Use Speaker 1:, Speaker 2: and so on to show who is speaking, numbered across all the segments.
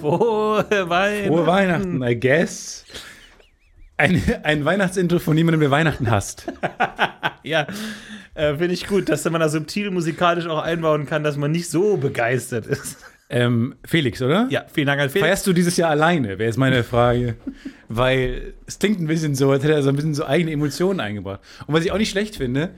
Speaker 1: Frohe Weihnachten.
Speaker 2: Frohe Weihnachten, I guess. Ein, ein Weihnachtsintro von niemandem, der Weihnachten hasst.
Speaker 1: Ja, äh, finde ich gut, dass man da subtil musikalisch auch einbauen kann, dass man nicht so begeistert ist.
Speaker 2: Ähm, Felix, oder?
Speaker 1: Ja, vielen Dank an Felix.
Speaker 2: Feierst du dieses Jahr alleine, wäre jetzt meine Frage. Weil es klingt ein bisschen so, als hätte er so ein bisschen so eigene Emotionen eingebracht. Und was ich auch nicht schlecht finde,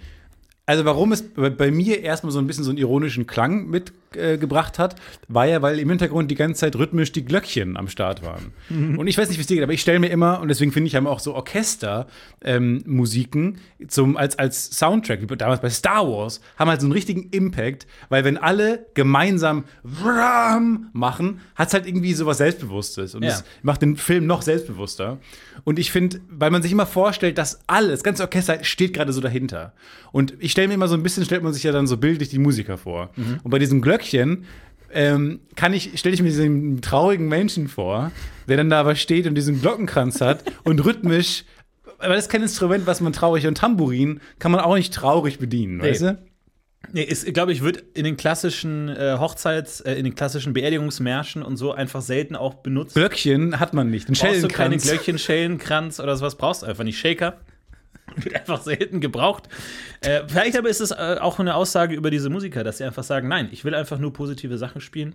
Speaker 2: also warum es bei- bei mir erstmal so ein bisschen so einen ironischen Klang mitgebracht äh, gebracht hat, war ja, weil im Hintergrund die ganze Zeit rhythmisch die Glöckchen am Start waren. Und ich weiß nicht, wie es dir geht, aber ich stelle mir immer, und deswegen finde ich, haben auch so Orchestermusiken zum als, als Soundtrack, wie damals bei Star Wars, haben halt so einen richtigen Impact, weil wenn alle gemeinsam Wram machen, hat es halt irgendwie so was Selbstbewusstes. Und
Speaker 1: Ja.
Speaker 2: das macht den Film noch selbstbewusster. Und ich finde, weil man sich immer vorstellt, dass alles, das ganze Orchester steht gerade so dahinter. Und ich stelle mir immer so ein bisschen, stellt man sich ja dann so bildlich die Musiker vor.
Speaker 1: Mhm.
Speaker 2: Und bei diesem Glöckchen ähm, kann ich, stelle ich mir diesen traurigen Menschen vor, der dann da aber steht und diesen Glockenkranz hat und rhythmisch, aber das ist kein Instrument, was man traurig und Tambourin kann man auch nicht traurig bedienen, weißt du?
Speaker 1: Nee, ist, glaube ich, wird in den klassischen äh, Hochzeits-, äh, in den klassischen Beerdigungsmärschen und so einfach selten auch benutzt.
Speaker 2: Glöckchen hat man nicht, einen
Speaker 1: Brauchst du keine
Speaker 2: Schellenkranz.
Speaker 1: Glöckchen, Schellenkranz oder sowas, brauchst du einfach nicht. Shaker wird einfach selten gebraucht. Äh, vielleicht aber ist es äh, auch eine Aussage über diese Musiker, dass sie einfach sagen, nein, ich will einfach nur positive Sachen spielen.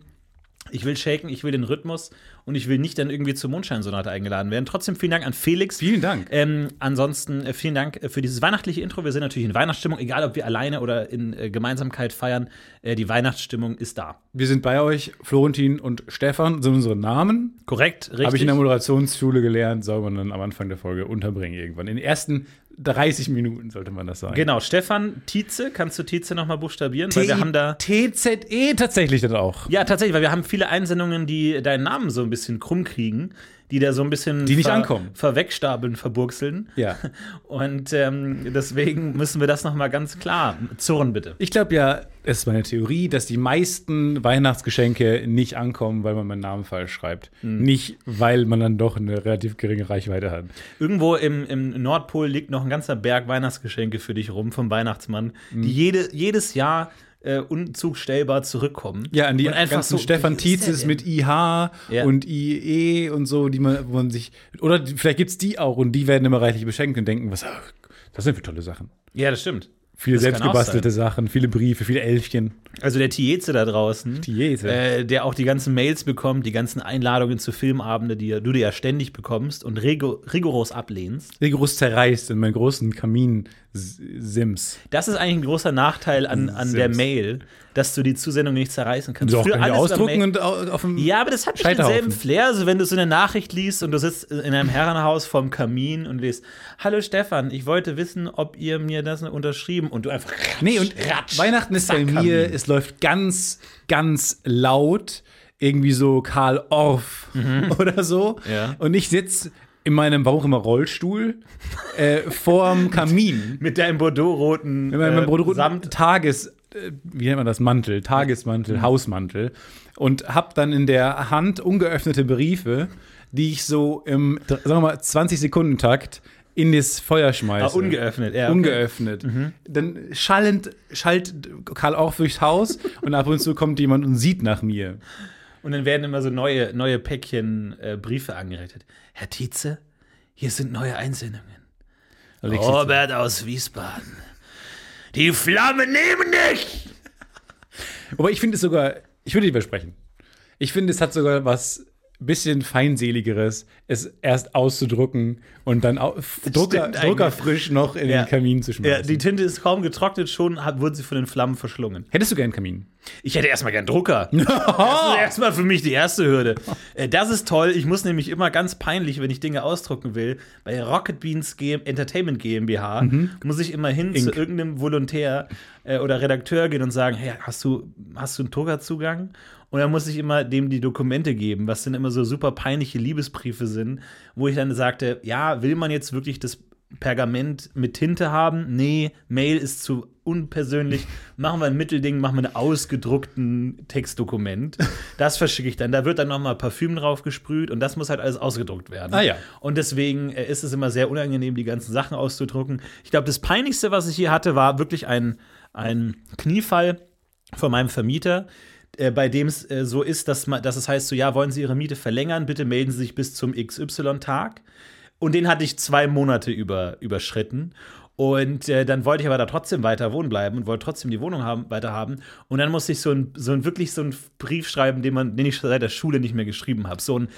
Speaker 1: Ich will shaken, ich will den Rhythmus und ich will nicht dann irgendwie zur Mondscheinsonate eingeladen werden. Trotzdem vielen Dank an Felix.
Speaker 2: Vielen Dank.
Speaker 1: Ähm, ansonsten äh, vielen Dank äh, für dieses weihnachtliche Intro. Wir sind natürlich in Weihnachtsstimmung, egal ob wir alleine oder in äh, Gemeinsamkeit feiern. Äh, die Weihnachtsstimmung ist da.
Speaker 2: Wir sind bei euch, Florentin und Stefan sind unsere Namen.
Speaker 1: Korrekt, richtig.
Speaker 2: Habe ich in der Moderationsschule gelernt, soll man dann am Anfang der Folge unterbringen irgendwann. In den ersten 30 Minuten sollte man das sagen.
Speaker 1: Genau, Stefan Tietze, kannst du Tietze nochmal buchstabieren? Weil wir haben da.
Speaker 2: TZE E tatsächlich dann auch.
Speaker 1: Ja, tatsächlich, weil wir haben viele Einsendungen, die deinen Namen so ein bisschen krumm kriegen, die da so ein bisschen.
Speaker 2: Die nicht ankommen.
Speaker 1: Verwegstapeln, verburkseln.
Speaker 2: Ja.
Speaker 1: Und ähm, deswegen müssen wir das nochmal ganz klar. Zorn bitte.
Speaker 2: Ich glaube ja, es ist meine Theorie, dass die meisten Weihnachtsgeschenke nicht ankommen, weil man meinen Namen falsch schreibt.
Speaker 1: Hm.
Speaker 2: Nicht, weil man dann doch eine relativ geringe Reichweite hat.
Speaker 1: Irgendwo im, im Nordpol liegt noch ein ganzer Berg Weihnachtsgeschenke für dich rum vom Weihnachtsmann,
Speaker 2: Mhm.
Speaker 1: die jede, jedes Jahr äh, unzugstellbar zurückkommen.
Speaker 2: Ja, an die
Speaker 1: Und einfach
Speaker 2: ganzen
Speaker 1: so,
Speaker 2: Stefan
Speaker 1: wie ist der
Speaker 2: Tietzes
Speaker 1: denn?
Speaker 2: mit IH und IE und so, die man, wo man sich. Oder die- vielleicht gibt es die auch und die werden immer reichlich beschenkt und denken, was, ach, das sind für tolle Sachen.
Speaker 1: Ja, das stimmt.
Speaker 2: Viele
Speaker 1: Das kann
Speaker 2: selbstgebastelte Sachen, viele Briefe, viele Elfchen.
Speaker 1: Also der Tietze da draußen,
Speaker 2: Tietze.
Speaker 1: Äh, der auch die ganzen Mails bekommt, die ganzen Einladungen zu Filmabende, die ja- du dir ja ständig bekommst und rigo rigoros ablehnst.
Speaker 2: Rigoros zerreißt in meinen großen Kamin-Sims.
Speaker 1: Das ist eigentlich ein großer Nachteil an, an der
Speaker 2: Sims.
Speaker 1: Mail, dass du die Zusendung nicht zerreißen kannst.
Speaker 2: So, auch
Speaker 1: Früher
Speaker 2: kann ich
Speaker 1: alles war
Speaker 2: ausdrucken
Speaker 1: Mail-
Speaker 2: und au- auf dem.
Speaker 1: Ja, aber das hat schon
Speaker 2: Scheiterhaufen.
Speaker 1: denselben Flair. Also, wenn du so eine Nachricht liest und du sitzt in einem Herrenhaus vorm Kamin und liest: Hallo Stefan, ich wollte wissen, ob ihr mir das unterschrieben und du einfach.
Speaker 2: Nee, und
Speaker 1: ratsch,
Speaker 2: Weihnachten ist bei
Speaker 1: Sackkamin.
Speaker 2: mir, es läuft ganz, ganz laut. Irgendwie so Karl Orff oder so.
Speaker 1: Mhm. Ja.
Speaker 2: Und ich sitze in meinem, warum auch immer, Rollstuhl äh, vorm Kamin.
Speaker 1: Mit deinem Bordeaux-roten
Speaker 2: In meinem
Speaker 1: äh,
Speaker 2: roten
Speaker 1: Samt. Mhm.
Speaker 2: Tages, äh, wie nennt man das, Mantel, Tagesmantel, Hausmantel. Und hab dann in der Hand ungeöffnete Briefe, die ich so im, dr- sagen wir mal, 20-Sekunden-Takt in das Feuer schmeiße.
Speaker 1: Ah, ungeöffnet, ja. Mhm.
Speaker 2: Ungeöffnet. Dann schallend schallt Karl auch durchs Haus und ab und zu kommt jemand und sieht nach mir.
Speaker 1: Und dann werden immer so neue, neue Päckchen äh, Briefe angereicht. Herr Tietze, hier sind neue Einsendungen.
Speaker 2: Alexis.
Speaker 1: Robert aus Wiesbaden. Die Flammen nehmen dich!
Speaker 2: Aber ich finde es sogar, ich würde dir widersprechen. Ich finde, es hat sogar was bisschen feindseligeres, es erst auszudrucken und dann au- f- Drucker,
Speaker 1: eigentlich.
Speaker 2: druckerfrisch noch in
Speaker 1: Ja.
Speaker 2: den Kamin zu
Speaker 1: Ja,
Speaker 2: schmeißen.
Speaker 1: die Tinte ist kaum getrocknet, schon hat, wurde sie von den Flammen verschlungen.
Speaker 2: Hättest du gern einen Kamin?
Speaker 1: Ich hätte erstmal gern Drucker. Das ist erstmal für mich die erste Hürde. Äh, Das ist toll. Ich muss nämlich immer ganz peinlich, wenn ich Dinge ausdrucken will, bei Rocket Beans G Entertainment GmbH muss ich immer hin zu irgendeinem Volontär äh, oder Redakteur gehen und sagen, hey, hast du, hast du einen Toga-Zugang? Und dann muss ich immer dem die Dokumente geben, was dann immer so super peinliche Liebesbriefe sind, wo ich dann sagte, ja, will man jetzt wirklich das Pergament mit Tinte haben? Nee, Mail ist zu unpersönlich. Machen wir ein Mittelding, machen wir einen ausgedruckten Textdokument. Das verschicke ich dann. Da wird dann noch mal Parfüm drauf gesprüht und das muss halt alles ausgedruckt werden.
Speaker 2: Ah, ja.
Speaker 1: Und deswegen äh, ist es immer sehr unangenehm, die ganzen Sachen auszudrucken. Ich glaube, das Peinlichste, was ich hier hatte, war wirklich ein, ein Kniefall von meinem Vermieter, äh, bei dem es äh, so ist, dass, man, dass es heißt, so ja, wollen Sie Ihre Miete verlängern? Bitte melden Sie sich bis zum XY-Tag. Und den hatte ich zwei Monate über, überschritten. Und äh, dann wollte ich aber da trotzdem weiter wohnen bleiben und wollte trotzdem die Wohnung haben, weiter haben. Und dann musste ich so ein, so ein wirklich so einen Brief schreiben, den, man, den ich seit der Schule nicht mehr geschrieben habe. So ein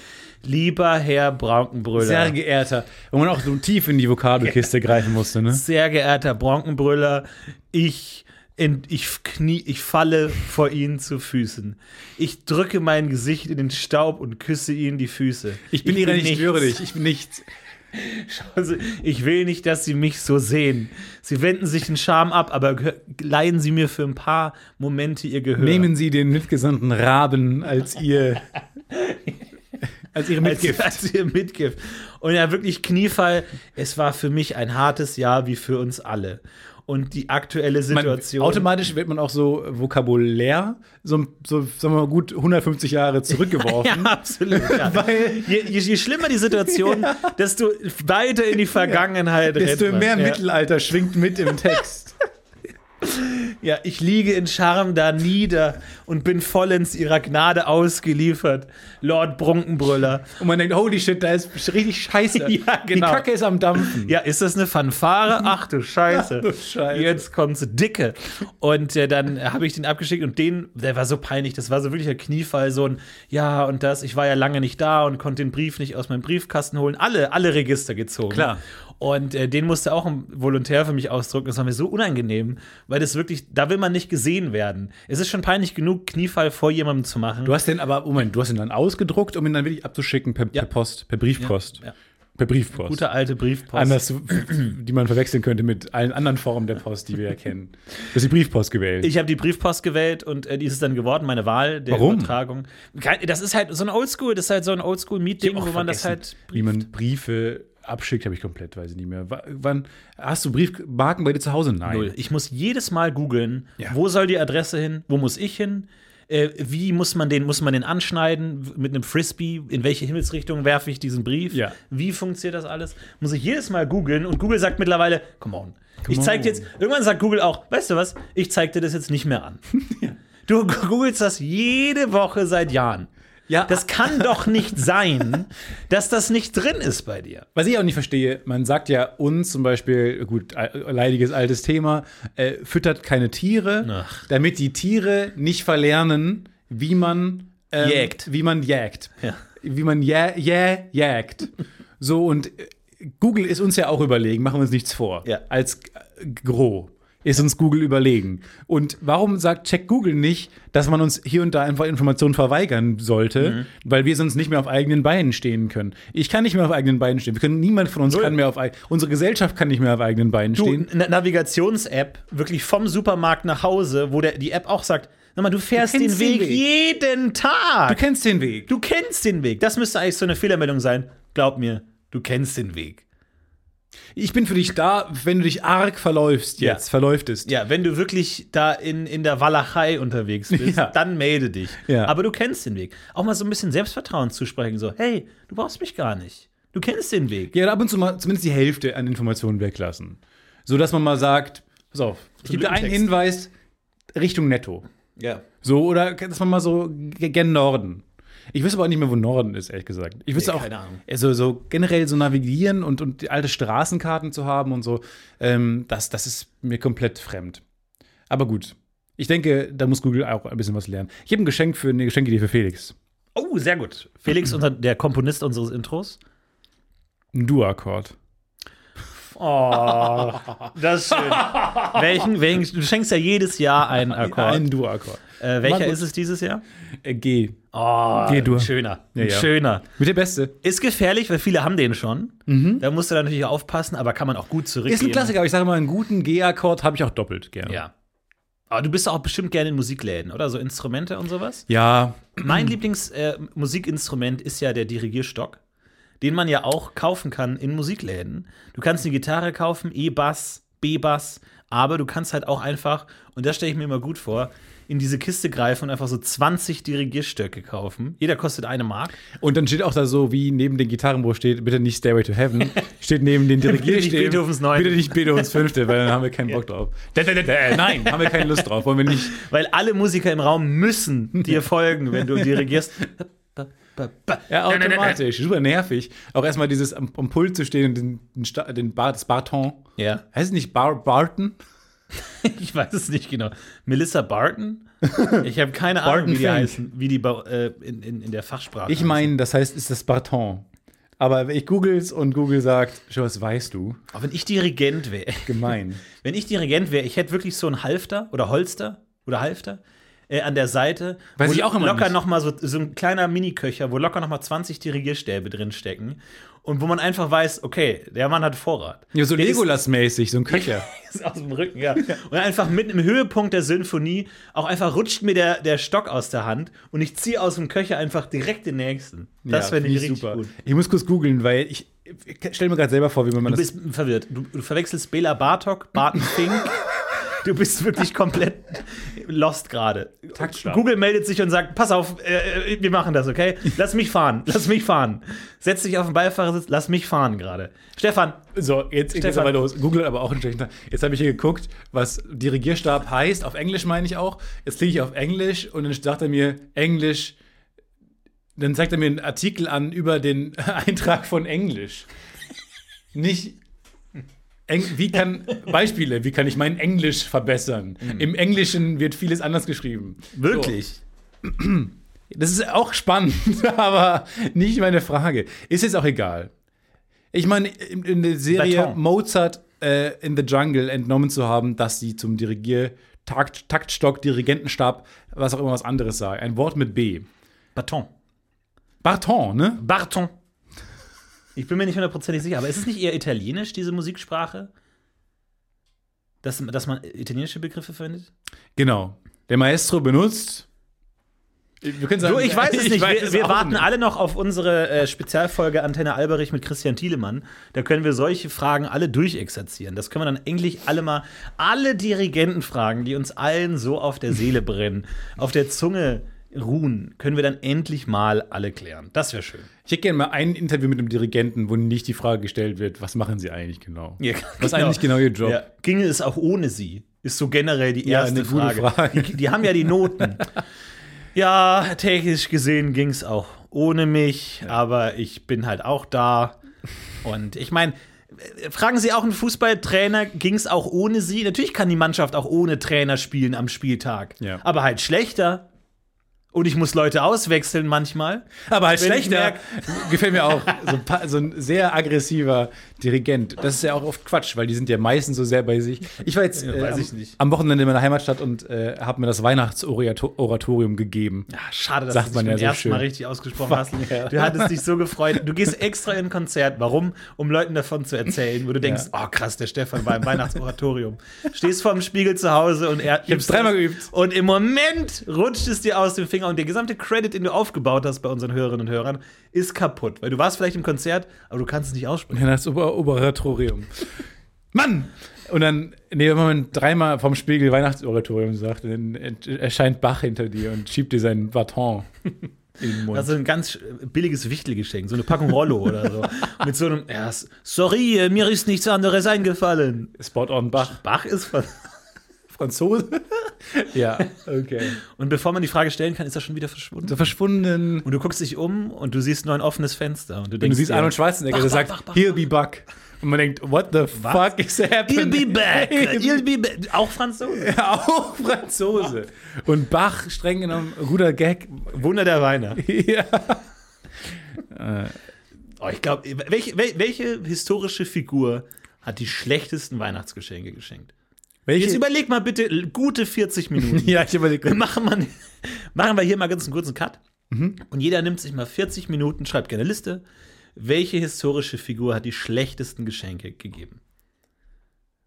Speaker 1: lieber Herr Braukenbrüller.
Speaker 2: Sehr geehrter. Wenn man auch so tief in die Vokabelkiste greifen musste, ne?
Speaker 1: Sehr geehrter Bronkenbrüller, ich, in, ich, knie, ich falle vor Ihnen zu Füßen. Ich drücke mein Gesicht in den Staub und küsse Ihnen die Füße.
Speaker 2: Ich bin ihrer nicht
Speaker 1: nichts.
Speaker 2: würdig. Ich bin nichts.
Speaker 1: Schauen Sie, ich will nicht, dass Sie mich so sehen. Sie wenden sich den Charme ab, aber gehö- leihen Sie mir für ein paar Momente Ihr Gehör.
Speaker 2: Nehmen Sie den mitgesandten Raben als ihr. als ihre
Speaker 1: als,
Speaker 2: Mitgift.
Speaker 1: als ihr Mitgift. Und ja, wirklich Kniefall. Es war für mich ein hartes Jahr, wie für uns alle. Und die aktuelle
Speaker 2: Man,
Speaker 1: Situation.
Speaker 2: automatisch wird man auch so vokabulär, so, so sagen wir mal gut 150 Jahre
Speaker 1: ja,
Speaker 2: zurückgeworfen.
Speaker 1: absolut. Ja.
Speaker 2: Weil
Speaker 1: Je, je, je schlimmer die Situation, desto weiter in die Vergangenheit rennt
Speaker 2: desto
Speaker 1: man.
Speaker 2: mehr
Speaker 1: ja.
Speaker 2: Mittelalter schwingt mit im Text.
Speaker 1: Ja, ich liege in Scham da nieder und bin vollends ihrer Gnade ausgeliefert, Lord Brunkenbrüller.
Speaker 2: Und man denkt, holy shit, da ist richtig scheiße.
Speaker 1: Ja, genau.
Speaker 2: Die Kacke ist am Dampfen.
Speaker 1: Ja, ist das eine Fanfare? Ach du Scheiße.
Speaker 2: Ach du Scheiße.
Speaker 1: Jetzt kommt's dicke. Und äh, dann habe ich den abgeschickt und den, der war so peinlich, das war so wirklich ein Kniefall, so ein Ja und das, ich war ja lange nicht da und konnte den Brief nicht aus meinem Briefkasten holen. Alle, alle Register gezogen.
Speaker 2: Klar.
Speaker 1: Und äh, den musste auch ein Volontär für mich ausdrucken. Das war mir so unangenehm, weil das wirklich, da will man nicht gesehen werden. Es ist schon peinlich genug, Kniefall vor jemandem zu machen.
Speaker 2: Du hast den aber, Moment, du hast ihn dann ausgedruckt, um ihn dann wirklich abzuschicken per, per Post, per Briefpost.
Speaker 1: Ja, ja.
Speaker 2: Per Briefpost.
Speaker 1: Gute alte Briefpost.
Speaker 2: Anders, die man verwechseln könnte mit allen anderen Formen der Post, die wir ja kennen. Du hast die Briefpost gewählt.
Speaker 1: Ich habe die Briefpost gewählt und äh, die ist es dann geworden, meine Wahl der
Speaker 2: Warum?
Speaker 1: Übertragung. Kein, das ist halt so ein Oldschool, das ist halt so ein Oldschool-Meeting, wo man das halt.
Speaker 2: Wie man Briefe abschickt, habe ich komplett, weiß ich nicht mehr. W wann hast du Briefmarken bei dir zu Hause? Nein.
Speaker 1: Null. Ich muss jedes Mal googeln,
Speaker 2: Ja.
Speaker 1: wo soll die Adresse hin, wo muss ich hin, äh, wie muss man den, muss man den anschneiden w- mit einem Frisbee, in welche Himmelsrichtung werfe ich diesen Brief,
Speaker 2: Ja.
Speaker 1: wie funktioniert das alles? Muss ich jedes Mal googeln und Google sagt mittlerweile, come on. ich zeig dir
Speaker 2: on.
Speaker 1: jetzt, irgendwann sagt Google auch, weißt du was, ich zeig dir das jetzt nicht mehr an. Du googelst das jede Woche seit Jahren.
Speaker 2: Ja,
Speaker 1: Das kann doch nicht sein, dass das nicht drin ist bei dir.
Speaker 2: Was ich auch nicht verstehe, man sagt ja uns zum Beispiel, gut, al- leidiges altes Thema, äh, füttert keine Tiere,
Speaker 1: Ach.
Speaker 2: damit die Tiere nicht verlernen, wie man ähm,
Speaker 1: Jägt.
Speaker 2: Wie man jägt.
Speaker 1: Ja.
Speaker 2: Wie man jä jä jägt. so, und äh, Google ist uns ja auch überlegen, machen wir uns nichts vor.
Speaker 1: Ja.
Speaker 2: Als äh, Gro ist uns Google überlegen. Und warum sagt Check Google nicht, dass man uns hier und da einfach Informationen verweigern sollte, weil wir sonst nicht mehr auf eigenen Beinen stehen können. Ich kann nicht mehr auf eigenen Beinen stehen. Wir können niemand von uns
Speaker 1: Null.
Speaker 2: kann mehr auf eig- unsere Gesellschaft kann nicht mehr auf eigenen Beinen
Speaker 1: Du,
Speaker 2: stehen.
Speaker 1: eine Navigations-App, wirklich vom Supermarkt nach Hause, wo der, die App auch sagt, sag mal, du fährst den
Speaker 2: kennst den
Speaker 1: Weg, jeden Tag.
Speaker 2: Du kennst den Weg.
Speaker 1: Du kennst den Weg. Das müsste eigentlich so eine Fehlermeldung sein. Glaub mir, du kennst den Weg.
Speaker 2: Ich bin für dich da, wenn du dich arg verläufst
Speaker 1: Ja.
Speaker 2: jetzt, verläuftest.
Speaker 1: Ja, wenn du wirklich da in, in der Walachei unterwegs bist,
Speaker 2: Ja.
Speaker 1: dann melde dich.
Speaker 2: Ja.
Speaker 1: Aber du kennst den Weg. Auch mal so ein bisschen Selbstvertrauen zusprechen, so, hey, du brauchst mich gar nicht. Du kennst den Weg.
Speaker 2: Ja, ab und zu mal zumindest die Hälfte an Informationen weglassen. So dass man mal sagt, pass auf, ich gebe dir einen
Speaker 1: Lückentext.
Speaker 2: Hinweis Richtung Netto.
Speaker 1: Ja.
Speaker 2: So, oder dass man mal so g- gen Norden. Ich wüsste aber auch nicht mehr, wo Norden ist, ehrlich gesagt. Ich wüsste
Speaker 1: Nee,
Speaker 2: auch,
Speaker 1: keine Ahnung.
Speaker 2: Also, so generell so navigieren und, und die alte Straßenkarten zu haben und so, ähm, das, das ist mir komplett fremd. Aber gut. Ich denke, da muss Google auch ein bisschen was lernen. Ich habe ein Geschenk für eine Geschenkidee für Felix.
Speaker 1: Oh, sehr gut. Felix, unser, der Komponist unseres Intros.
Speaker 2: Ein Du-Akkord.
Speaker 1: Oh, das ist schön. welchen, welchen, du schenkst ja jedes Jahr einen Akkord.
Speaker 2: Ein Du-Akkord.
Speaker 1: äh, welcher
Speaker 2: Markus.
Speaker 1: ist es dieses Jahr?
Speaker 2: Äh, G.
Speaker 1: Oh,
Speaker 2: G-Dur.
Speaker 1: ein schöner.
Speaker 2: Ja,
Speaker 1: ein
Speaker 2: ja.
Speaker 1: Schöner.
Speaker 2: Mit der Beste.
Speaker 1: Ist gefährlich, weil viele haben den schon.
Speaker 2: Mhm.
Speaker 1: Da musst du dann natürlich aufpassen, aber kann man auch gut zurückgeben.
Speaker 2: ne? Ist ein Klassiker, aber ich sage mal, einen guten G-Akkord habe ich auch doppelt gerne.
Speaker 1: Ja. Aber du bist auch bestimmt gerne in Musikläden, oder? So Instrumente und sowas.
Speaker 2: Ja,
Speaker 1: Mein Lieblingsmusikinstrument ist ja der Dirigierstock, den man ja auch kaufen kann in Musikläden. Du kannst eine Gitarre kaufen, E E-Bass, B-Bass, aber du kannst halt auch einfach, und das stelle ich mir immer gut vor, in diese Kiste greifen und einfach so 20 Dirigierstöcke kaufen. Jeder kostet eine Mark.
Speaker 2: Und dann steht auch da so, wie neben den Gitarren, wo steht, bitte nicht Stairway to Heaven, steht neben den
Speaker 1: Bitte nicht
Speaker 2: Dirigierstäben.
Speaker 1: Beethovens Neunte.
Speaker 2: Bitte nicht Beethovens Fünfte, weil dann haben wir keinen Bock drauf. Dä, dä, dä, dä, Nein, haben wir keine Lust drauf. Wollen wir nicht.
Speaker 1: Weil alle Musiker im Raum müssen dir folgen, wenn du dirigierst.
Speaker 2: Ja, automatisch. Super nervig. Auch erstmal dieses am, am Pult zu stehen und den, den, Sta- den Bar, das Barton.
Speaker 1: Ja,
Speaker 2: Heißt es nicht Bar, Barton?
Speaker 1: ich weiß es nicht genau. Melissa Barton? Ich habe keine Ahnung, wie die
Speaker 2: Fink.
Speaker 1: heißen, wie die bei- äh, in, in, in der Fachsprache.
Speaker 2: Ich meine, das heißt, ist das Barton. Aber ich googles und Google sagt, schon was weißt du?
Speaker 1: heißen. Aber wenn ich Dirigent wäre,
Speaker 2: Gemein.
Speaker 1: wenn ich Dirigent wäre, ich hätte wirklich so ein Halfter oder Holster oder Halfter äh, an der Seite,
Speaker 2: Weiß
Speaker 1: wo
Speaker 2: ich auch immer
Speaker 1: locker
Speaker 2: nicht.
Speaker 1: noch mal so, so ein kleiner Miniköcher, wo locker noch mal 20 Dirigierstäbe drin stecken und wo man einfach weiß, okay, der Mann hat Vorrat.
Speaker 2: Ja, so
Speaker 1: Der ist-
Speaker 2: Legolas-mäßig, so ein Köcher.
Speaker 1: Ist aus dem Rücken, ja. Und einfach mitten im Höhepunkt der Sinfonie auch einfach rutscht mir der, der Stock aus der Hand und ich ziehe aus dem Köcher einfach direkt den nächsten. Das
Speaker 2: Ja,
Speaker 1: finde
Speaker 2: find
Speaker 1: ich richtig gut.
Speaker 2: Ich muss kurz googeln, weil ich, ich stelle mir gerade selber vor, wie man
Speaker 1: Du
Speaker 2: das
Speaker 1: bist verwirrt. Du, du verwechselst Bela Bartok, Barton Fink. Du bist wirklich komplett lost gerade.
Speaker 2: Taktschlag.
Speaker 1: Google meldet sich und sagt: Pass auf, äh, wir machen das, okay? Lass mich fahren, lass mich fahren. Setz dich auf den Beifahrersitz, lass mich fahren gerade. Stefan,
Speaker 2: So, jetzt geht es
Speaker 1: Stefan.
Speaker 2: aber los. Google hat aber auch einen schlechten Tag. Jetzt habe ich hier geguckt, was Dirigierstab heißt. Auf Englisch meine ich auch. Jetzt klicke ich auf Englisch und dann sagt er mir Englisch. Dann zeigt er mir einen Artikel an über den Eintrag von Englisch. Nicht. Eng, wie kann. Beispiele. Wie kann ich mein Englisch verbessern? Im Englischen wird vieles anders geschrieben.
Speaker 1: wirklich.
Speaker 2: Das ist auch spannend, aber nicht meine Frage. Ist jetzt auch egal. Ich meine, in, in der Serie
Speaker 1: Baton.
Speaker 2: Mozart äh, in the Jungle entnommen zu haben, dass sie zum Dirigier Takt, Taktstock, Dirigentenstab, was auch immer was anderes sagen. Ein Wort mit B.
Speaker 1: Baton.
Speaker 2: Barton, ne?
Speaker 1: Barton. Ich bin mir nicht hundertprozentig sicher, aber ist es nicht eher italienisch, diese Musiksprache? Dass, dass man italienische Begriffe verwendet?
Speaker 2: Genau. Der Maestro benutzt. Wir können sagen,
Speaker 1: Du, ich weiß es nicht.
Speaker 2: weiß
Speaker 1: wir
Speaker 2: es
Speaker 1: wir
Speaker 2: auch
Speaker 1: warten
Speaker 2: nicht.
Speaker 1: alle noch auf unsere äh, Spezialfolge Antenne Alberich mit Christian Thielemann. Da können wir solche Fragen alle durchexerzieren. Das können wir dann endlich alle mal, alle Dirigenten fragen, die uns allen so auf der Seele brennen, auf der Zunge ruhen, können wir dann endlich mal alle klären. Das wäre schön.
Speaker 2: Ich hätte gerne mal ein Interview mit einem Dirigenten, wo nicht die Frage gestellt wird, was machen sie eigentlich genau? Was ist eigentlich genau ihr Job?
Speaker 1: Ja. Ginge es auch ohne sie? Ist so generell die
Speaker 2: Ja,
Speaker 1: erste
Speaker 2: eine gute Frage.
Speaker 1: Die, die haben ja die Noten. ja, technisch gesehen ging es auch ohne mich, aber ich bin halt auch da. Und ich meine, äh, fragen Sie auch einen Fußballtrainer, ging es auch ohne sie? Natürlich kann die Mannschaft auch ohne Trainer spielen am Spieltag,
Speaker 2: Ja.
Speaker 1: aber halt schlechter. Und ich muss Leute auswechseln manchmal.
Speaker 2: Aber halt
Speaker 1: Wenn ich
Speaker 2: schlechter. Gefällt mir auch. So ein, pa- so ein sehr aggressiver Dirigent. Das ist ja auch oft Quatsch, weil die sind ja meistens so sehr bei sich. Ich war jetzt äh,
Speaker 1: weiß
Speaker 2: am,
Speaker 1: ich nicht.
Speaker 2: am Wochenende in meiner Heimatstadt und äh, habe mir das Weihnachtsoratorium gegeben.
Speaker 1: Ah, Schade, dass
Speaker 2: Sagt
Speaker 1: du dich
Speaker 2: man
Speaker 1: beim
Speaker 2: ja so
Speaker 1: ersten
Speaker 2: schön.
Speaker 1: Mal richtig ausgesprochen
Speaker 2: Fuck,
Speaker 1: hast.
Speaker 2: ja.
Speaker 1: Du hattest dich so gefreut. Du gehst extra in ein Konzert. Warum? Um Leuten davon zu erzählen, wo du denkst, oh krass, der Stefan war im Weihnachtsoratorium. Stehst vorm Spiegel zu Hause und er
Speaker 2: hab's dreimal geübt.
Speaker 1: Und im Moment rutscht es dir aus dem Finger und der gesamte Credit, den du aufgebaut hast bei unseren Hörerinnen und Hörern, ist kaputt. Weil du warst vielleicht im Konzert, aber du kannst es nicht aussprechen.
Speaker 2: Weihnachtsoratorium. Mann! Und dann, nee, wenn man dreimal vom Spiegel Weihnachtsoratorium sagt, dann ent- erscheint Bach hinter dir und schiebt dir seinen Baton in den Mund.
Speaker 1: Das ist ein ganz äh, billiges Wichtelgeschenk, so eine Packung Rollo oder so. Mit so einem, ja, sorry, mir ist nichts anderes eingefallen.
Speaker 2: Spot on Bach.
Speaker 1: Bach ist von.
Speaker 2: Franzose? ja, okay.
Speaker 1: Und bevor man die Frage stellen kann, ist er schon wieder verschwunden.
Speaker 2: So verschwunden
Speaker 1: Und du guckst dich um und du siehst nur ein offenes Fenster. Und du
Speaker 2: Und
Speaker 1: denkst,
Speaker 2: du siehst
Speaker 1: dir,
Speaker 2: Arnold Schwarzenegger, der
Speaker 1: Bach,
Speaker 2: sagt,
Speaker 1: Bach, Bach, Bach,
Speaker 2: he'll be back. Und man denkt, what the fuck is
Speaker 1: He'll
Speaker 2: happening?
Speaker 1: be back. He'll be back. Auch Franzose.
Speaker 2: Auch Franzose. Und Bach, streng genommen, guter Gag.
Speaker 1: Wunder der Weiner.
Speaker 2: ja. Äh,
Speaker 1: Oh, ich glaube, welche, wel- welche historische Figur hat die schlechtesten Weihnachtsgeschenke geschenkt? Jetzt
Speaker 2: Welche?
Speaker 1: überleg mal bitte l- gute 40 Minuten.
Speaker 2: Ja, ich
Speaker 1: Wir
Speaker 2: überlege.
Speaker 1: machen, mal, machen wir hier mal ganz einen kurzen Cut.
Speaker 2: Mhm.
Speaker 1: Und jeder nimmt sich mal 40 Minuten, schreibt gerne eine Liste. Welche historische Figur hat die schlechtesten Geschenke gegeben?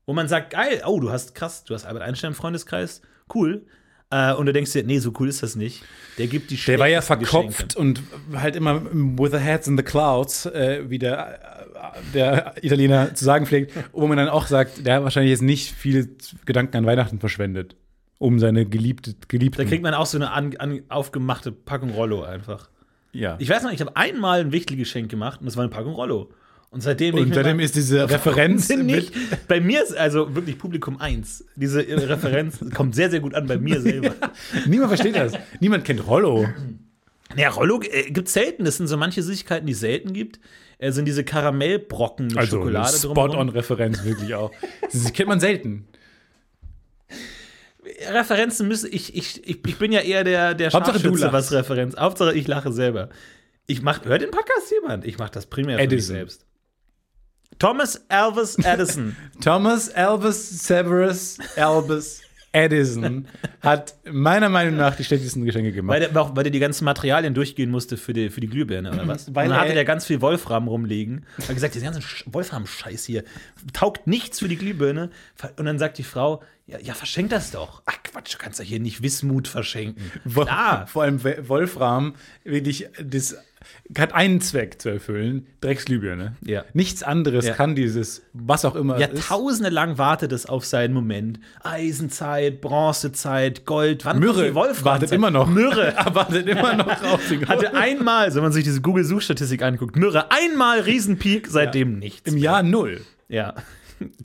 Speaker 1: Wo man sagt, geil, oh, du hast krass, du hast Albert Einstein im Freundeskreis cool. Äh, und du denkst dir, nee, so cool ist das nicht. Der gibt die
Speaker 2: Der war ja
Speaker 1: schlechtesten
Speaker 2: verkopft und halt immer with the heads in the clouds, äh, wie der, äh, der Italiener zu sagen pflegt, wo man dann auch sagt, der hat wahrscheinlich jetzt nicht viele Gedanken an Weihnachten verschwendet, um seine geliebte Geliebten.
Speaker 1: Da kriegt man auch so eine an, an, aufgemachte Packung Rollo einfach.
Speaker 2: ja.
Speaker 1: Ich weiß noch, ich habe einmal ein Wichtelgeschenk gemacht und das war eine Packung Rollo. Und seitdem ich
Speaker 2: und
Speaker 1: mit
Speaker 2: seitdem
Speaker 1: meinem-
Speaker 2: ist diese Referenz
Speaker 1: Sind
Speaker 2: mit-
Speaker 1: nicht. Bei mir ist also wirklich Publikum 1. Diese Referenz kommt sehr, sehr gut an bei mir selber.
Speaker 2: Niemand versteht das. Niemand kennt Rollo.
Speaker 1: Naja, Rollo äh, gibt selten. Das sind so manche Süßigkeiten, die es selten gibt. Äh, sind diese Karamellbrocken mit
Speaker 2: Also
Speaker 1: Schokolade drumherum.
Speaker 2: Spot-on-Referenz wirklich auch. Das kennt man selten.
Speaker 1: Referenzen müssen. Ich, ich, ich, ich bin ja eher der, der
Speaker 2: Hauptsache, du
Speaker 1: Scharfschütze,
Speaker 2: lachst.
Speaker 1: was Referenz. Hauptsache, ich lache selber. Ich mach, hört den Podcast jemand? Ich mache das primär für mich
Speaker 2: Edison.
Speaker 1: selbst. Thomas Elvis Edison.
Speaker 2: Thomas Elvis Severus Elvis Edison hat meiner Meinung nach die schlechtesten Geschenke
Speaker 1: weil,
Speaker 2: gemacht.
Speaker 1: der, weil der die ganzen Materialien durchgehen musste für die, für die Glühbirne oder was?
Speaker 2: Weil
Speaker 1: und dann
Speaker 2: er-
Speaker 1: hatte der ganz viel Wolfram rumliegen. Hat gesagt, diesen ganzen Sch- Wolfram-Scheiß hier taugt nichts für die Glühbirne. Ver- Und dann sagt die Frau, ja, ja verschenk das doch. Ach Quatsch, du kannst doch hier nicht Wismut verschenken.
Speaker 2: Wo-
Speaker 1: Klar.
Speaker 2: Vor allem We- Wolfram wirklich das hat einen Zweck zu erfüllen, Dreckslübirne.
Speaker 1: Ja.
Speaker 2: Nichts anderes
Speaker 1: Ja.
Speaker 2: kann dieses was auch immer es ist.
Speaker 1: Jahrtausende lang wartet es auf seinen Moment. Eisenzeit, Bronzezeit, Gold. Wann kommt
Speaker 2: Myrrhe
Speaker 1: die Wolframzeit?
Speaker 2: wartet immer noch.
Speaker 1: Myrrhe.
Speaker 2: Wartet immer noch auf den
Speaker 1: Hatte einmal, wenn man sich diese Google-Suchstatistik anguckt, Myrrhe einmal Riesenpeak, seitdem nichts.
Speaker 2: Im Jahr Null.
Speaker 1: Ja.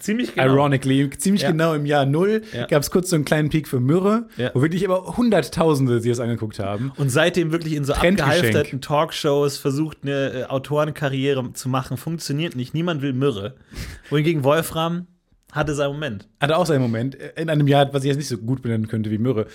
Speaker 1: Ziemlich genau.
Speaker 2: Ironically, ziemlich
Speaker 1: Ja.
Speaker 2: genau im Jahr Null
Speaker 1: Ja.
Speaker 2: gab es kurz so einen kleinen Peak für Myrrhe,
Speaker 1: Ja.
Speaker 2: wo wirklich aber Hunderttausende sich das angeguckt haben.
Speaker 1: Und seitdem wirklich in so
Speaker 2: Trendgeschenk.
Speaker 1: abgehalfterten Talkshows versucht, eine äh, Autorenkarriere zu machen. Funktioniert nicht. Niemand will Myrrhe. Wohingegen Wolfram hatte seinen Moment.
Speaker 2: Hatte auch seinen Moment in einem Jahr, was ich jetzt nicht so gut benennen könnte wie Myrrhe.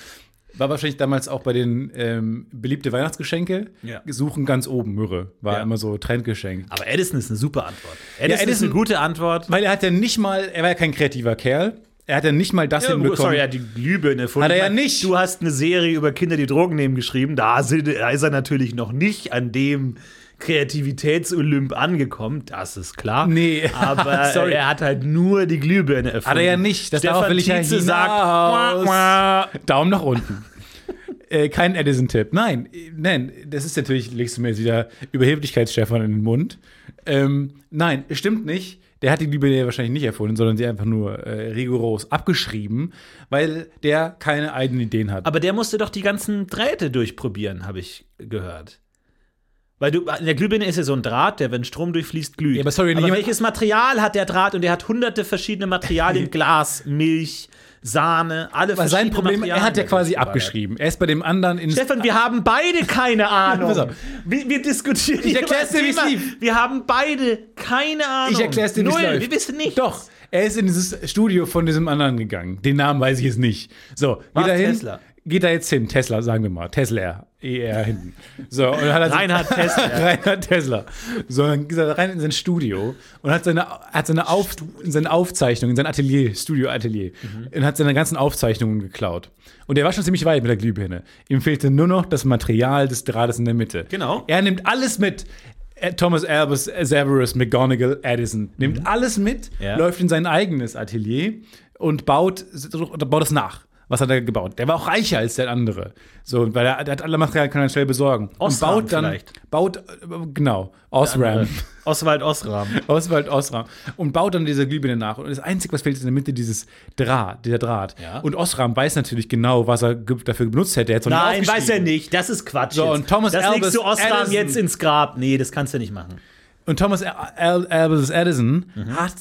Speaker 2: War wahrscheinlich damals auch bei den ähm, beliebte Weihnachtsgeschenke.
Speaker 1: Ja.
Speaker 2: Suchen ganz oben Myrrhe. War
Speaker 1: Ja.
Speaker 2: immer so Trendgeschenk.
Speaker 1: Aber Edison ist eine super Antwort. Edison, ist
Speaker 2: Edison-
Speaker 1: eine gute Antwort.
Speaker 2: Weil er hat ja nicht mal, er war ja kein kreativer Kerl. Er hat ja nicht mal das hinbekommen.
Speaker 1: sorry, er hat die Glühbirne erfunden.
Speaker 2: Hat er
Speaker 1: Ich
Speaker 2: ja
Speaker 1: meine,
Speaker 2: nicht.
Speaker 1: Du hast eine Serie über Kinder, die Drogen nehmen, geschrieben. Da, sind, da ist er natürlich noch nicht an dem Kreativitätsolymp angekommen. Das ist klar.
Speaker 2: Nee.
Speaker 1: Aber
Speaker 2: Sorry.
Speaker 1: äh, er hat halt nur die Glühbirne erfunden.
Speaker 2: Hat er ja nicht. Das
Speaker 1: Stefan
Speaker 2: darauf will ich ja
Speaker 1: Tietze
Speaker 2: hinaus.
Speaker 1: sagt, "Mua, mua."
Speaker 2: Daumen nach unten. äh, kein Edison-Tipp. Nein, äh, nein, das ist natürlich, legst du mir jetzt wieder Überheblichkeitsstefan in den Mund. Ähm, nein, stimmt nicht. Der hat die Liebe wahrscheinlich nicht erfunden, sondern sie einfach nur äh, rigoros abgeschrieben, weil der keine eigenen Ideen hat.
Speaker 1: Aber der musste doch die ganzen Drähte durchprobieren, habe ich gehört. Weil du, in der Glühbirne ist ja so ein Draht, der, wenn Strom durchfließt, glüht.
Speaker 2: Ja, aber sorry, wenn jemand-
Speaker 1: welches Material hat der Draht? Und der hat hunderte verschiedene Materialien: Glas, Milch, Sahne, alle
Speaker 2: Aber sein
Speaker 1: verschiedenen
Speaker 2: Problem, er
Speaker 1: Materialien
Speaker 2: hat ja
Speaker 1: werden
Speaker 2: quasi
Speaker 1: durchgeballert.
Speaker 2: abgeschrieben. Er ist bei dem anderen in
Speaker 1: Stefan, wir haben beide keine
Speaker 2: Pass
Speaker 1: Ahnung.
Speaker 2: auf.
Speaker 1: Wir, wir diskutieren.
Speaker 2: Ich erklär's
Speaker 1: über das
Speaker 2: dir, wie's
Speaker 1: Thema.
Speaker 2: lief.
Speaker 1: Wir haben beide keine Ahnung.
Speaker 2: Ich erklär's dir, wie's
Speaker 1: Null,
Speaker 2: läuft.
Speaker 1: wir wissen nicht.
Speaker 2: Doch, er ist in dieses Studio von diesem anderen gegangen. Den Namen weiß ich jetzt nicht. So, geht
Speaker 1: War's
Speaker 2: da hin.
Speaker 1: Tesla?
Speaker 2: Geht da jetzt hin. Tesla, sagen wir mal. Tesla, ER hinten. So, und hat er sich-
Speaker 1: Reinhard Tesla.
Speaker 2: Reinhard Tesla. So, dann geht er rein in sein Studio und hat seine, hat seine, Auf, seine Aufzeichnung, in sein Atelier, Studio-Atelier, und hat seine ganzen Aufzeichnungen geklaut. Und er war schon ziemlich weit mit der Glühbirne. Ihm fehlte nur noch das Material des Drahtes in der Mitte.
Speaker 1: Genau.
Speaker 2: Er nimmt alles mit. Äh, Thomas Albus, äh, Severus, McGonagall, Edison. Nimmt alles mit,
Speaker 1: Mhm. Ja.
Speaker 2: läuft in sein eigenes Atelier und baut, baut das nach. Was hat er gebaut? Der war auch reicher als der andere. So, weil er, der hat alle Materialien, kann er schnell besorgen.
Speaker 1: Osram
Speaker 2: und baut dann,
Speaker 1: vielleicht.
Speaker 2: baut, äh, genau, Osram.
Speaker 1: Oswald Osram.
Speaker 2: Oswald Osram. Und baut dann diese Glühbirne nach. Und das Einzige, was fehlt, ist in der Mitte dieses Draht, dieser Draht.
Speaker 1: Ja.
Speaker 2: Und Osram weiß natürlich genau, was er ge- dafür benutzt hätte. Er hat's noch nicht
Speaker 1: Nein, weiß
Speaker 2: aufgeschrieben.
Speaker 1: er nicht. Das ist Quatsch.
Speaker 2: So,
Speaker 1: jetzt.
Speaker 2: und Thomas
Speaker 1: das
Speaker 2: Albus
Speaker 1: legst du Osram
Speaker 2: Edison.
Speaker 1: jetzt ins Grab. Nee, das kannst du nicht machen.
Speaker 2: Und Thomas Al- Albus Edison
Speaker 1: Mhm.
Speaker 2: hat,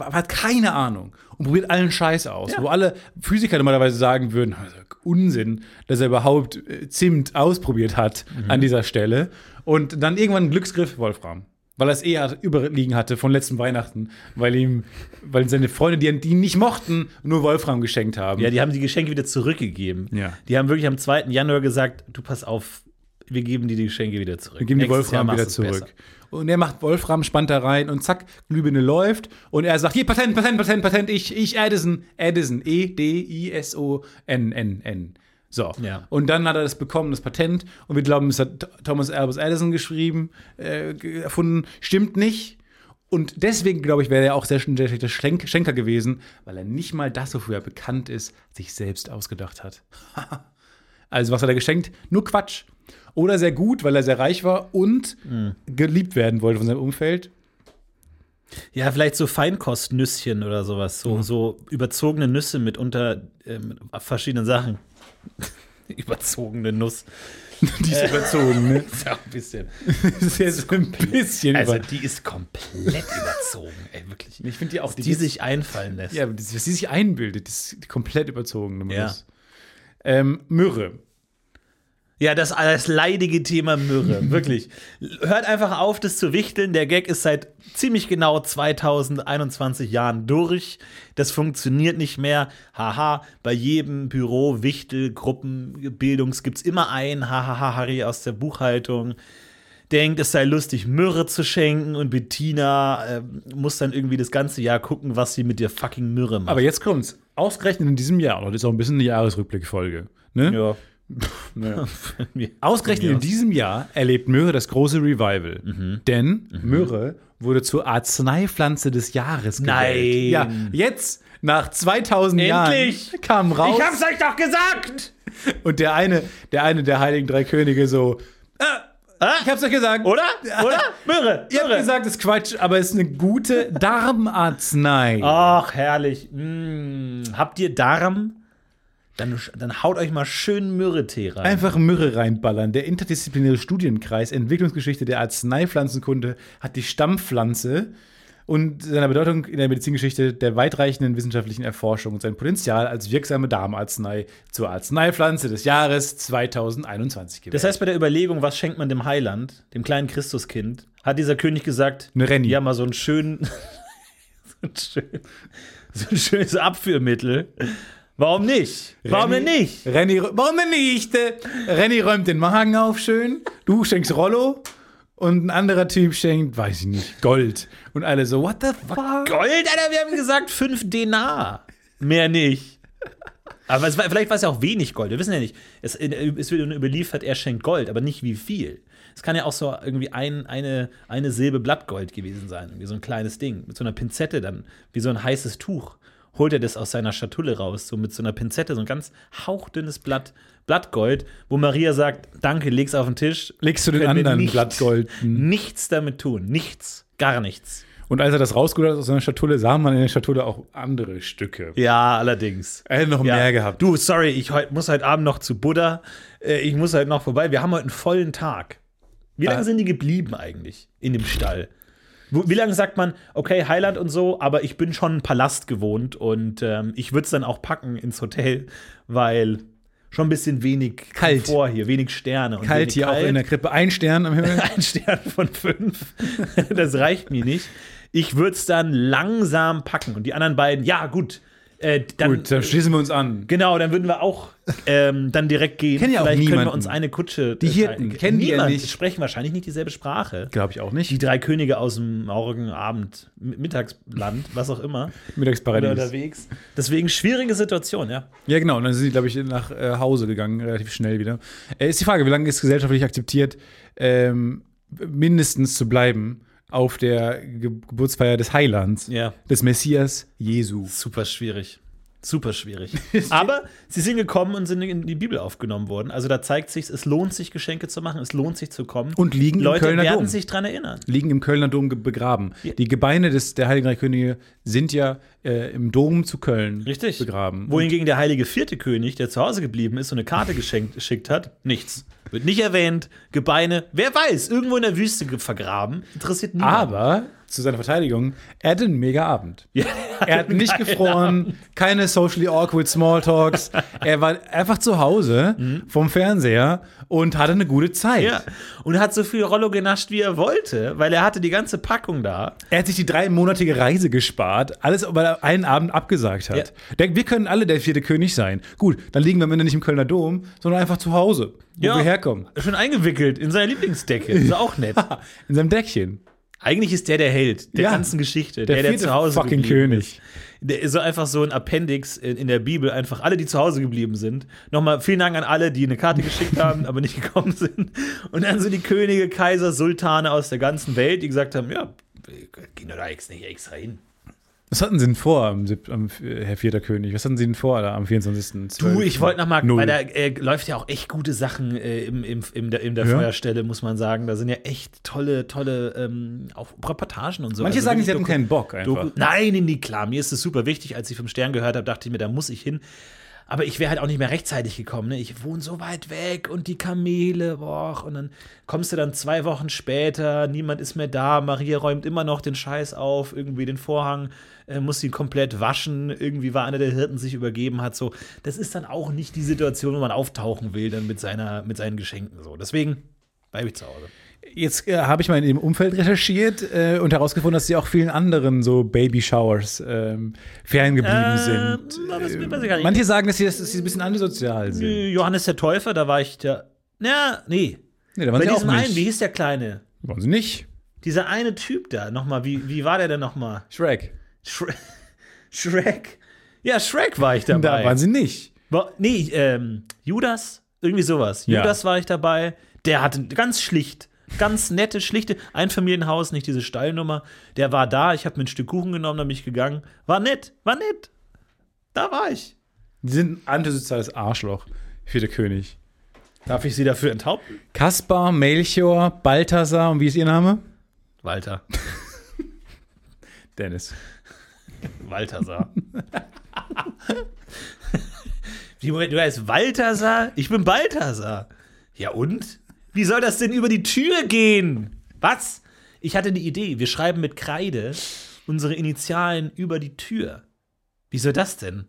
Speaker 2: hat keine Ahnung und probiert allen Scheiß aus, wo alle Physiker normalerweise sagen würden, also Unsinn, dass er überhaupt äh, Zimt ausprobiert hat
Speaker 1: Mhm.
Speaker 2: an dieser Stelle. Und dann irgendwann ein Glücksgriff Wolfram, weil er es eh hat- überliegen hatte von letzten Weihnachten, weil ihm, weil seine Freunde, die die ihn nicht mochten, nur Wolfram geschenkt haben.
Speaker 1: Ja, die haben die Geschenke wieder zurückgegeben.
Speaker 2: Ja.
Speaker 1: Die haben wirklich am 2. Januar gesagt, du pass auf, wir geben dir die Geschenke wieder zurück.
Speaker 2: Wir geben die
Speaker 1: Nächstes Jahr
Speaker 2: Wolfram
Speaker 1: machst
Speaker 2: wieder
Speaker 1: du's
Speaker 2: zurück.
Speaker 1: besser.
Speaker 2: Und er macht Wolfram, spannt da rein und zack, Glühbirne läuft. Und er sagt: Hier, Patent, Patent, Patent, Patent, ich, ich, E Edison, Edison, E-D-I-S-O-N-N-N. So.
Speaker 1: Ja.
Speaker 2: Und dann hat er das bekommen, das Patent. Und wir glauben, es hat Th- Thomas Albus Edison geschrieben, äh, ge- erfunden. Stimmt nicht. Und deswegen, glaube ich, wäre er auch sehr, schön- sehr schlechter Schenk- Schenker gewesen, weil er nicht mal das, wofür er bekannt ist, sich selbst ausgedacht hat. also, was hat er geschenkt? Nur Quatsch. Oder sehr gut, weil er sehr reich war und geliebt werden wollte von seinem Umfeld.
Speaker 1: Ja, vielleicht so Feinkostnüsschen oder sowas.
Speaker 2: Mhm.
Speaker 1: So, so überzogene Nüsse mit unter ähm, verschiedenen Sachen. überzogene Nuss.
Speaker 2: Die ist überzogen, ne?
Speaker 1: Ist ja auch ein bisschen.
Speaker 2: Das ist jetzt ein bisschen
Speaker 1: Also,
Speaker 2: über-
Speaker 1: die ist komplett überzogen, ey, wirklich.
Speaker 2: Ich finde die auch,
Speaker 1: Die sich einfallen lässt.
Speaker 2: Ja, aber das- was sie sich einbildet, das ist komplett überzogen. wenn man
Speaker 1: Ja.
Speaker 2: das- Ähm, Myrrhe.
Speaker 1: Ja, das, das leidige Thema Myrrhe, wirklich. Hört einfach auf, das zu wichteln. Der Gag ist seit ziemlich genau 2021 Jahren durch. Das funktioniert nicht mehr. Haha, bei jedem Büro, Wichtel, Gruppen, Bildungs gibt's immer einen. Hahaha, Harry aus der Buchhaltung. Denkt, es sei lustig, Myrrhe zu schenken und Bettina äh, muss dann irgendwie das ganze Jahr gucken, was sie mit der fucking Myrrhe macht.
Speaker 2: Aber jetzt kommt's. Ausgerechnet in diesem Jahr, und das ist auch ein bisschen eine Jahresrückblickfolge. Ne?
Speaker 1: ja.
Speaker 2: Naja.
Speaker 1: Ja.
Speaker 2: Ausgerechnet in diesem Jahr erlebt Myrrhe das große Revival.
Speaker 1: Mhm.
Speaker 2: Denn Myrrhe wurde zur Arzneipflanze des Jahres gewählt.
Speaker 1: Nein.
Speaker 2: Ja, jetzt, nach 2000
Speaker 1: Endlich!
Speaker 2: Jahren, kam raus.
Speaker 1: Ich hab's euch doch gesagt!
Speaker 2: und der eine, der eine der Heiligen Drei Könige so,
Speaker 1: Ah?
Speaker 2: ich hab's euch gesagt.
Speaker 1: Oder? Oder? Mürre.
Speaker 2: Ihr habt
Speaker 1: Mürre.
Speaker 2: gesagt, es ist Quatsch, aber es ist eine gute Darmarznei.
Speaker 1: Ach, herrlich. Mm. Habt ihr Darm? Dann, dann haut euch mal schön Mürretee rein.
Speaker 2: Einfach Myrrhe reinballern. Der interdisziplinäre Studienkreis Entwicklungsgeschichte der Arzneipflanzenkunde hat die Stammpflanze und seiner Bedeutung in der Medizingeschichte der weitreichenden wissenschaftlichen Erforschung und sein Potenzial als wirksame Darmarznei zur Arzneipflanze des Jahres 2021 gewählt.
Speaker 1: das heißt, bei der Überlegung, was schenkt man dem Heiland, dem kleinen Christuskind, hat dieser König gesagt,
Speaker 2: Eine Renny.
Speaker 1: ja, mal so einen schönen, so, ein schön, so ein schönes Abführmittel. Warum nicht? Warum denn nicht?
Speaker 2: Renny, warum denn nicht? äh? Renny räumt den Magen auf schön, du schenkst Rollo und ein anderer Typ schenkt, weiß ich nicht, Gold. Und alle so, what the fuck?
Speaker 1: Gold, Alter, wir haben gesagt 5 Denar. Mehr nicht. Aber es war, vielleicht war es ja auch wenig Gold. Wir wissen ja nicht. Es, es wird überliefert, er schenkt Gold, aber nicht wie viel. Es kann ja auch so irgendwie ein, eine, eine Silbe Blattgold gewesen sein. Irgendwie so ein kleines Ding. Mit so einer Pinzette dann. Wie so ein heißes Tuch. Holt er das aus seiner Schatulle raus. So mit so einer Pinzette. So ein ganz hauchdünnes Blatt. Blattgold, wo Maria sagt: Danke, leg's auf den Tisch.
Speaker 2: Legst du den
Speaker 1: Können wir
Speaker 2: anderen
Speaker 1: nichts-
Speaker 2: Blattgold.
Speaker 1: Nichts damit tun. Nichts. Gar nichts.
Speaker 2: Und als er das rausgeholt hat aus seiner Schatulle, sah man in der Schatulle auch andere Stücke.
Speaker 1: Ja, allerdings.
Speaker 2: Er hätte noch
Speaker 1: Ja.
Speaker 2: mehr gehabt.
Speaker 1: Du, sorry, ich heut, muss heute Abend noch zu Buddha. Äh, ich muss heute noch vorbei. Wir haben heute einen vollen Tag. Wie lange
Speaker 2: Ah.
Speaker 1: sind die geblieben eigentlich in dem Stall? Wo, wie lange sagt man, okay, Heiland und so, aber ich bin schon einen Palast gewohnt und ähm, ich würde es dann auch packen ins Hotel, weil schon ein bisschen wenig
Speaker 2: Kalt.
Speaker 1: vor hier, wenig Sterne. Und
Speaker 2: Kalt
Speaker 1: wenig
Speaker 2: hier auch in der Krippe, ein Stern am Himmel.
Speaker 1: ein Stern von fünf. Das reicht mir nicht. Ich würde es dann langsam packen. Und die anderen beiden, ja, gut. Äh, dann,
Speaker 2: Gut, da schließen wir uns an.
Speaker 1: Genau, dann würden wir auch ähm, dann direkt gehen.
Speaker 2: Kennen ja auch
Speaker 1: Vielleicht können wir
Speaker 2: niemanden.
Speaker 1: uns eine Kutsche. äh,
Speaker 2: Die Hirten
Speaker 1: teilen.
Speaker 2: kennen die ja
Speaker 1: Niemand,
Speaker 2: nicht.
Speaker 1: sprechen wahrscheinlich nicht dieselbe Sprache.
Speaker 2: Glaube ich auch
Speaker 1: Die
Speaker 2: nicht.
Speaker 1: drei Könige aus dem Morgen, Abend, M- Mittagsland, was auch immer, oder
Speaker 2: Mittagsparadies.
Speaker 1: unterwegs. Deswegen schwierige Situation, ja.
Speaker 2: Ja, genau. Und dann sind sie, glaube ich, nach äh, Hause gegangen, relativ schnell wieder. Äh, ist die Frage, wie lange ist gesellschaftlich akzeptiert, ähm, mindestens zu bleiben auf der Ge Geburtsfeier des Heilands,
Speaker 1: Ja,
Speaker 2: des Messias Jesu?
Speaker 1: super schwierig. Super schwierig. Aber sie sind gekommen und sind in die Bibel aufgenommen worden. Also da zeigt sich, es lohnt sich, Geschenke zu machen, es lohnt sich zu kommen.
Speaker 2: Und liegen
Speaker 1: Leute
Speaker 2: im Kölner
Speaker 1: werden
Speaker 2: Dom.
Speaker 1: sich dran erinnern.
Speaker 2: liegen im Kölner Dom ge- begraben. Die Gebeine des, der Heiligen Drei Könige sind ja äh, im Dom zu Köln
Speaker 1: Richtig.
Speaker 2: begraben.
Speaker 1: Wohingegen der heilige vierte König, der zu Hause geblieben ist und eine Karte geschenkt geschickt hat, nichts. Wird nicht erwähnt, Gebeine, wer weiß, irgendwo in der Wüste ge- vergraben, interessiert niemanden.
Speaker 2: Aber zu seiner Verteidigung, er hatte einen mega Abend.
Speaker 1: Ja.
Speaker 2: Er hat nicht gefroren, keine socially awkward Smalltalks. er war einfach zu Hause vom Fernseher und hatte eine gute Zeit.
Speaker 1: Mhm. Ja. Und hat so viel Rollo genascht, wie er wollte, weil er hatte die ganze Packung da.
Speaker 2: Er hat sich die dreimonatige Reise gespart, alles, weil er einen Abend abgesagt hat. Der, wir können alle der vierte König sein. Gut, dann liegen wir am Ende nicht im Kölner Dom, sondern einfach zu Hause, wo wir herkommen.
Speaker 1: Schon eingewickelt in seine Lieblingsdecke. Ist auch nett.
Speaker 2: In seinem Deckchen.
Speaker 1: Eigentlich ist der der Held der
Speaker 2: Ja.
Speaker 1: ganzen Geschichte.
Speaker 2: Der
Speaker 1: Der, der,
Speaker 2: vierte
Speaker 1: zu Hause
Speaker 2: fucking
Speaker 1: geblieben
Speaker 2: König.
Speaker 1: Ist. Der ist so einfach so ein Appendix in, in der Bibel, einfach alle, die zu Hause geblieben sind. Nochmal vielen Dank an alle, die eine Karte geschickt haben, aber nicht gekommen sind. Und dann so die Könige, Kaiser, Sultane aus der ganzen Welt, die gesagt haben: Ja, gehen doch da jetzt nicht extra hin.
Speaker 2: Was hatten Sie denn vor, am, sieb- am, äh, Herr Vierter König? Was hatten Sie denn vor da am 24.
Speaker 1: Du, ich wollte nochmal,
Speaker 2: Null.
Speaker 1: weil da äh, läuft ja auch echt gute Sachen äh, im, im, im, der, in der
Speaker 2: Ja.
Speaker 1: Feuerstelle, muss man sagen. Da sind ja echt tolle, tolle ähm, auch Reportagen und so.
Speaker 2: Manche
Speaker 1: Also
Speaker 2: sagen,
Speaker 1: wirklich
Speaker 2: sie hatten
Speaker 1: Doku-
Speaker 2: keinen Bock einfach.
Speaker 1: Doku Nein, nee, nee, klar, mir ist es super wichtig. Als ich vom Stern gehört habe, dachte ich mir, da muss ich hin. Aber ich wäre halt auch nicht mehr rechtzeitig gekommen. Ne? Ich wohne so weit weg und die Kamele, boah, und dann kommst du dann zwei Wochen später, niemand ist mehr da, Maria räumt immer noch den Scheiß auf, irgendwie den Vorhang, äh, muss ihn komplett waschen, irgendwie war einer der Hirten sich übergeben hat, so. Das ist dann auch nicht die Situation, wo man auftauchen will, dann mit, seiner, mit seinen Geschenken, so. Deswegen bleibe ich zu Hause.
Speaker 2: Jetzt äh, habe ich mal in dem Umfeld recherchiert äh, und herausgefunden, dass sie auch vielen anderen so Baby-Showers ähm, ferngeblieben
Speaker 1: Äh,
Speaker 2: sind. Äh,
Speaker 1: aber das weiß ich gar nicht.
Speaker 2: Manche sagen, dass sie, dass sie ein bisschen antisozial sind.
Speaker 1: Äh, Johannes der Täufer, da war ich da. Na, nee.
Speaker 2: Nee, da waren
Speaker 1: Bei
Speaker 2: sie auch
Speaker 1: diesem einen, wie
Speaker 2: nicht.
Speaker 1: hieß der Kleine?
Speaker 2: Waren sie nicht?
Speaker 1: Dieser eine Typ da, nochmal, wie, wie war der denn nochmal?
Speaker 2: Shrek.
Speaker 1: Shre Shrek? Ja, Shrek war ich dabei.
Speaker 2: Da waren sie nicht.
Speaker 1: Wa- nee, ähm, Judas, irgendwie sowas.
Speaker 2: Ja.
Speaker 1: Judas war ich dabei. Der hatte ganz schlicht, ganz nette, schlichte Einfamilienhaus, nicht diese Stallnummer. Der war da, ich habe mir ein Stück Kuchen genommen, dann bin ich gegangen. War nett, war nett. Da war ich.
Speaker 2: Die sind ein antisoziales Arschloch für den König.
Speaker 1: Darf ich sie dafür enthaupten?
Speaker 2: Kaspar, Melchior, Balthasar und wie ist ihr Name?
Speaker 1: Walter.
Speaker 2: Dennis.
Speaker 1: Waltersar. Wie, Moment, du heißt Waltersar? Ich bin Balthasar. Ja und? Wie soll das denn über die Tür gehen? Was? Ich hatte eine Idee. Wir schreiben mit Kreide unsere Initialen über die Tür. Wie soll das denn?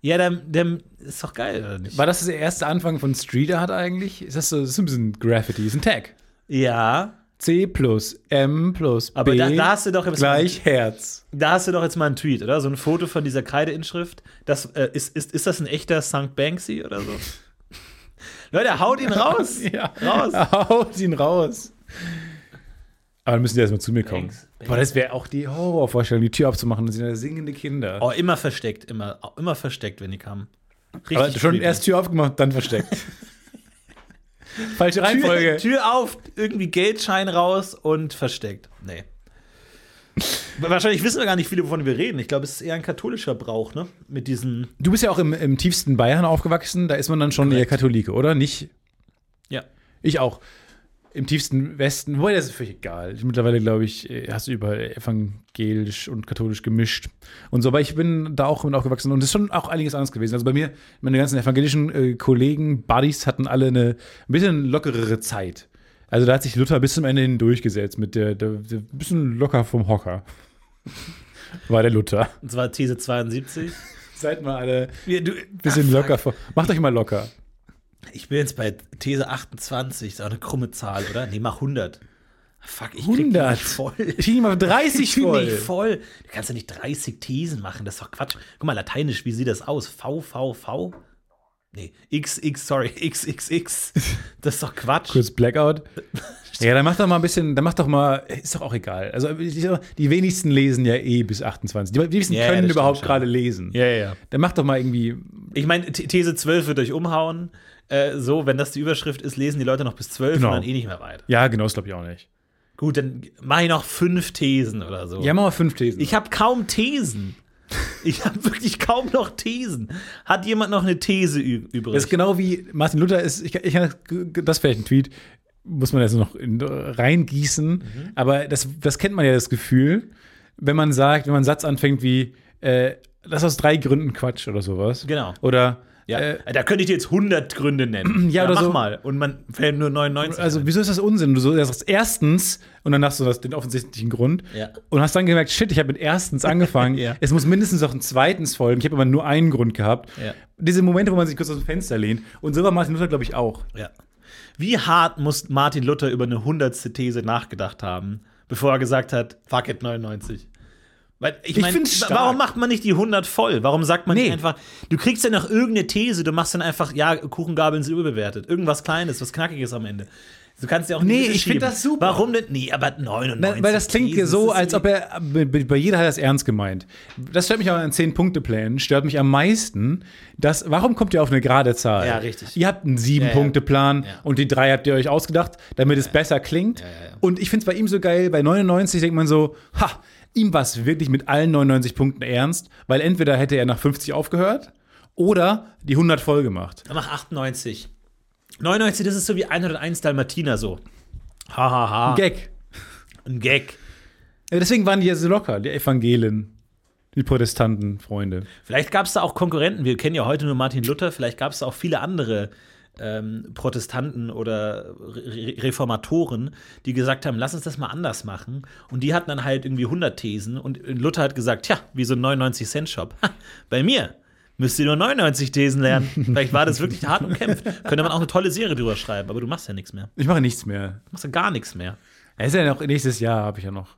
Speaker 1: Ja, dann, dann ist doch geil, oder nicht?
Speaker 2: War das der erste Anfang von Street Art eigentlich? Ist das so das ist ein bisschen Graffiti? Ist ein Tag.
Speaker 1: Ja,
Speaker 2: C plus M plus
Speaker 1: aber
Speaker 2: B
Speaker 1: da, da hast du doch jetzt mal,
Speaker 2: gleich Herz.
Speaker 1: da hast du doch jetzt mal einen Tweet, oder? So ein Foto von dieser Kreideinschrift. Das äh, ist, ist, ist das ein echter St. Banksy oder so? Leute, haut ihn raus!
Speaker 2: Ja.
Speaker 1: Raus.
Speaker 2: Haut ihn raus. Aber dann müssen die erstmal zu mir kommen.
Speaker 1: Banks, Banks.
Speaker 2: Boah, das wäre auch die Horrorvorstellung, die Tür abzumachen. Das sind ja singende Kinder.
Speaker 1: Oh, immer versteckt, immer, immer versteckt, wenn die kamen. Richtig
Speaker 2: Aber schon
Speaker 1: creepy.
Speaker 2: erst Tür aufgemacht, dann versteckt. Falsche Reihenfolge.
Speaker 1: Tür, Tür auf, irgendwie Geldschein raus und versteckt. Nee. Wahrscheinlich wissen wir gar nicht viele, wovon wir reden. Ich glaube, es ist eher ein katholischer Brauch, ne? Mit diesen.
Speaker 2: Du bist ja auch im, im tiefsten Bayern aufgewachsen. Da ist man dann schon eher Katholike, oder? Nicht?
Speaker 1: Ja.
Speaker 2: Ich auch. Im tiefsten Westen. Wobei, das ist völlig egal. Mittlerweile, glaube ich, äh, hast du überall evangelisch und katholisch gemischt und so. Aber ich bin da auch mit aufgewachsen und das ist schon auch einiges anders gewesen. Also bei mir, meine ganzen evangelischen äh, Kollegen, Buddies hatten alle eine ein bisschen lockerere Zeit. Also da hat sich Luther bis zum Ende hin durchgesetzt mit der, der, der ein bisschen locker vom Hocker. War der Luther.
Speaker 1: Und zwar These 72.
Speaker 2: Seid mal alle
Speaker 1: Ja, du,
Speaker 2: ein bisschen locker. Vom, macht euch mal locker.
Speaker 1: ich bin jetzt bei These 28. Ist auch eine krumme Zahl, oder? Nee, mach 100. Fuck, ich krieg die
Speaker 2: 100.
Speaker 1: nicht voll.
Speaker 2: Ich kriege mal 30
Speaker 1: Ich
Speaker 2: voll.
Speaker 1: bin nicht voll. Du kannst ja nicht 30 Thesen machen, das ist doch Quatsch. Guck mal, lateinisch, wie sieht das aus? V, V, V? Nee, XX, sorry, XXX. Das ist doch Quatsch.
Speaker 2: Kurz Blackout. ja, dann mach doch mal ein bisschen, dann mach doch mal, ist doch auch egal. Also die wenigsten lesen ja eh bis 28. Die wenigsten
Speaker 1: Ja, ja,
Speaker 2: können
Speaker 1: das
Speaker 2: überhaupt
Speaker 1: stimmt schon.
Speaker 2: gerade lesen.
Speaker 1: Ja, ja, ja.
Speaker 2: Dann mach doch mal irgendwie,
Speaker 1: Ich meine, Th- These 12 wird euch umhauen. Äh, so, wenn das die Überschrift ist, lesen die Leute noch bis 12
Speaker 2: Genau.
Speaker 1: und dann eh nicht mehr weiter.
Speaker 2: ja, genau, das glaube ich auch nicht.
Speaker 1: Gut, dann mach ich noch fünf Thesen oder so.
Speaker 2: Ja, mach mal fünf Thesen.
Speaker 1: Ich habe kaum Thesen. Ich habe wirklich kaum noch Thesen. Hat jemand noch eine These ü- übrig?
Speaker 2: das ist genau wie Martin Luther ist, ich, ich das ist vielleicht ein Tweet, muss man jetzt noch in, reingießen,
Speaker 1: Mhm.
Speaker 2: aber das, das kennt man ja das Gefühl, wenn man sagt, wenn man einen Satz anfängt wie, äh, das ist aus drei Gründen Quatsch oder sowas.
Speaker 1: Genau.
Speaker 2: Oder
Speaker 1: Ja,
Speaker 2: äh,
Speaker 1: da könnte ich dir jetzt 100 Gründe nennen.
Speaker 2: Ja, oder
Speaker 1: mach
Speaker 2: so.
Speaker 1: mal. Und man fällt nur 99.
Speaker 2: Also,
Speaker 1: ein.
Speaker 2: wieso ist das Unsinn? Du so- du sagst erstens und dann hast du das, den offensichtlichen Grund
Speaker 1: Ja.
Speaker 2: und hast dann gemerkt, shit, ich habe mit erstens angefangen.
Speaker 1: Ja.
Speaker 2: Es muss mindestens noch ein zweitens folgen. Ich habe aber nur einen Grund gehabt.
Speaker 1: Ja.
Speaker 2: Diese Momente, wo man sich kurz aus dem Fenster lehnt. Und so war Martin Luther, glaube ich, auch.
Speaker 1: ja. Wie hart muss Martin Luther über eine hundertste These nachgedacht haben, bevor er gesagt hat, fuck it, 99. Weil ich
Speaker 2: Ich
Speaker 1: meine,
Speaker 2: find's stark.
Speaker 1: warum macht man nicht die 100 voll? Warum sagt man nicht
Speaker 2: Nee.
Speaker 1: einfach, du kriegst ja noch irgendeine These, du machst dann einfach, ja, Kuchengabeln sind überbewertet. Irgendwas Kleines, was Knackiges am Ende. Du kannst ja auch in die
Speaker 2: Nee,
Speaker 1: Mitte
Speaker 2: ich find
Speaker 1: schieben.
Speaker 2: das super.
Speaker 1: Warum denn? Nee, aber 99.
Speaker 2: Weil, weil das klingt
Speaker 1: Thesen,
Speaker 2: so,
Speaker 1: das ist
Speaker 2: als ob er bei- bei jeder hat das ernst gemeint. Das stört mich auch an zehn Punkte Plänen. Stört mich am meisten, dass warum kommt ihr auf eine gerade Zahl?
Speaker 1: Ja, richtig.
Speaker 2: Ihr habt einen sieben Punkte Plan
Speaker 1: Ja.
Speaker 2: und die drei habt ihr euch ausgedacht, damit es besser klingt.
Speaker 1: ja, ja.
Speaker 2: Und ich finde es bei ihm so geil. Bei 99 denkt man so, ha, ihm war es wirklich mit allen 99 Punkten ernst, weil entweder hätte er nach 50 aufgehört oder die 100 voll gemacht.
Speaker 1: Mach 98. 99, das ist so wie 101 Dalmatiner so. Hahaha. Ha, ha.
Speaker 2: Gag.
Speaker 1: Ein Gag.
Speaker 2: Ja, Deswegen waren die ja so locker, die Evangelen, die Protestanten, Freunde.
Speaker 1: Vielleicht gab es da auch Konkurrenten. Wir kennen ja heute nur Martin Luther. Vielleicht gab es da auch viele andere ähm, Protestanten oder Re Re- Reformatoren, die gesagt haben, lass uns das mal anders machen. Und die hatten dann halt irgendwie 100 Thesen. Und Luther hat gesagt, tja, wie so ein 99-Cent-Shop. Ha, Bei mir müsst ihr nur 99 Thesen lernen. Vielleicht war das wirklich hart umkämpft. Könnte man auch eine tolle Serie drüber schreiben. Aber du machst ja nichts mehr.
Speaker 2: Ich mache nichts mehr.
Speaker 1: Du machst ja gar nichts mehr.
Speaker 2: Ja, ist ja noch nächstes Jahr habe ich ja noch.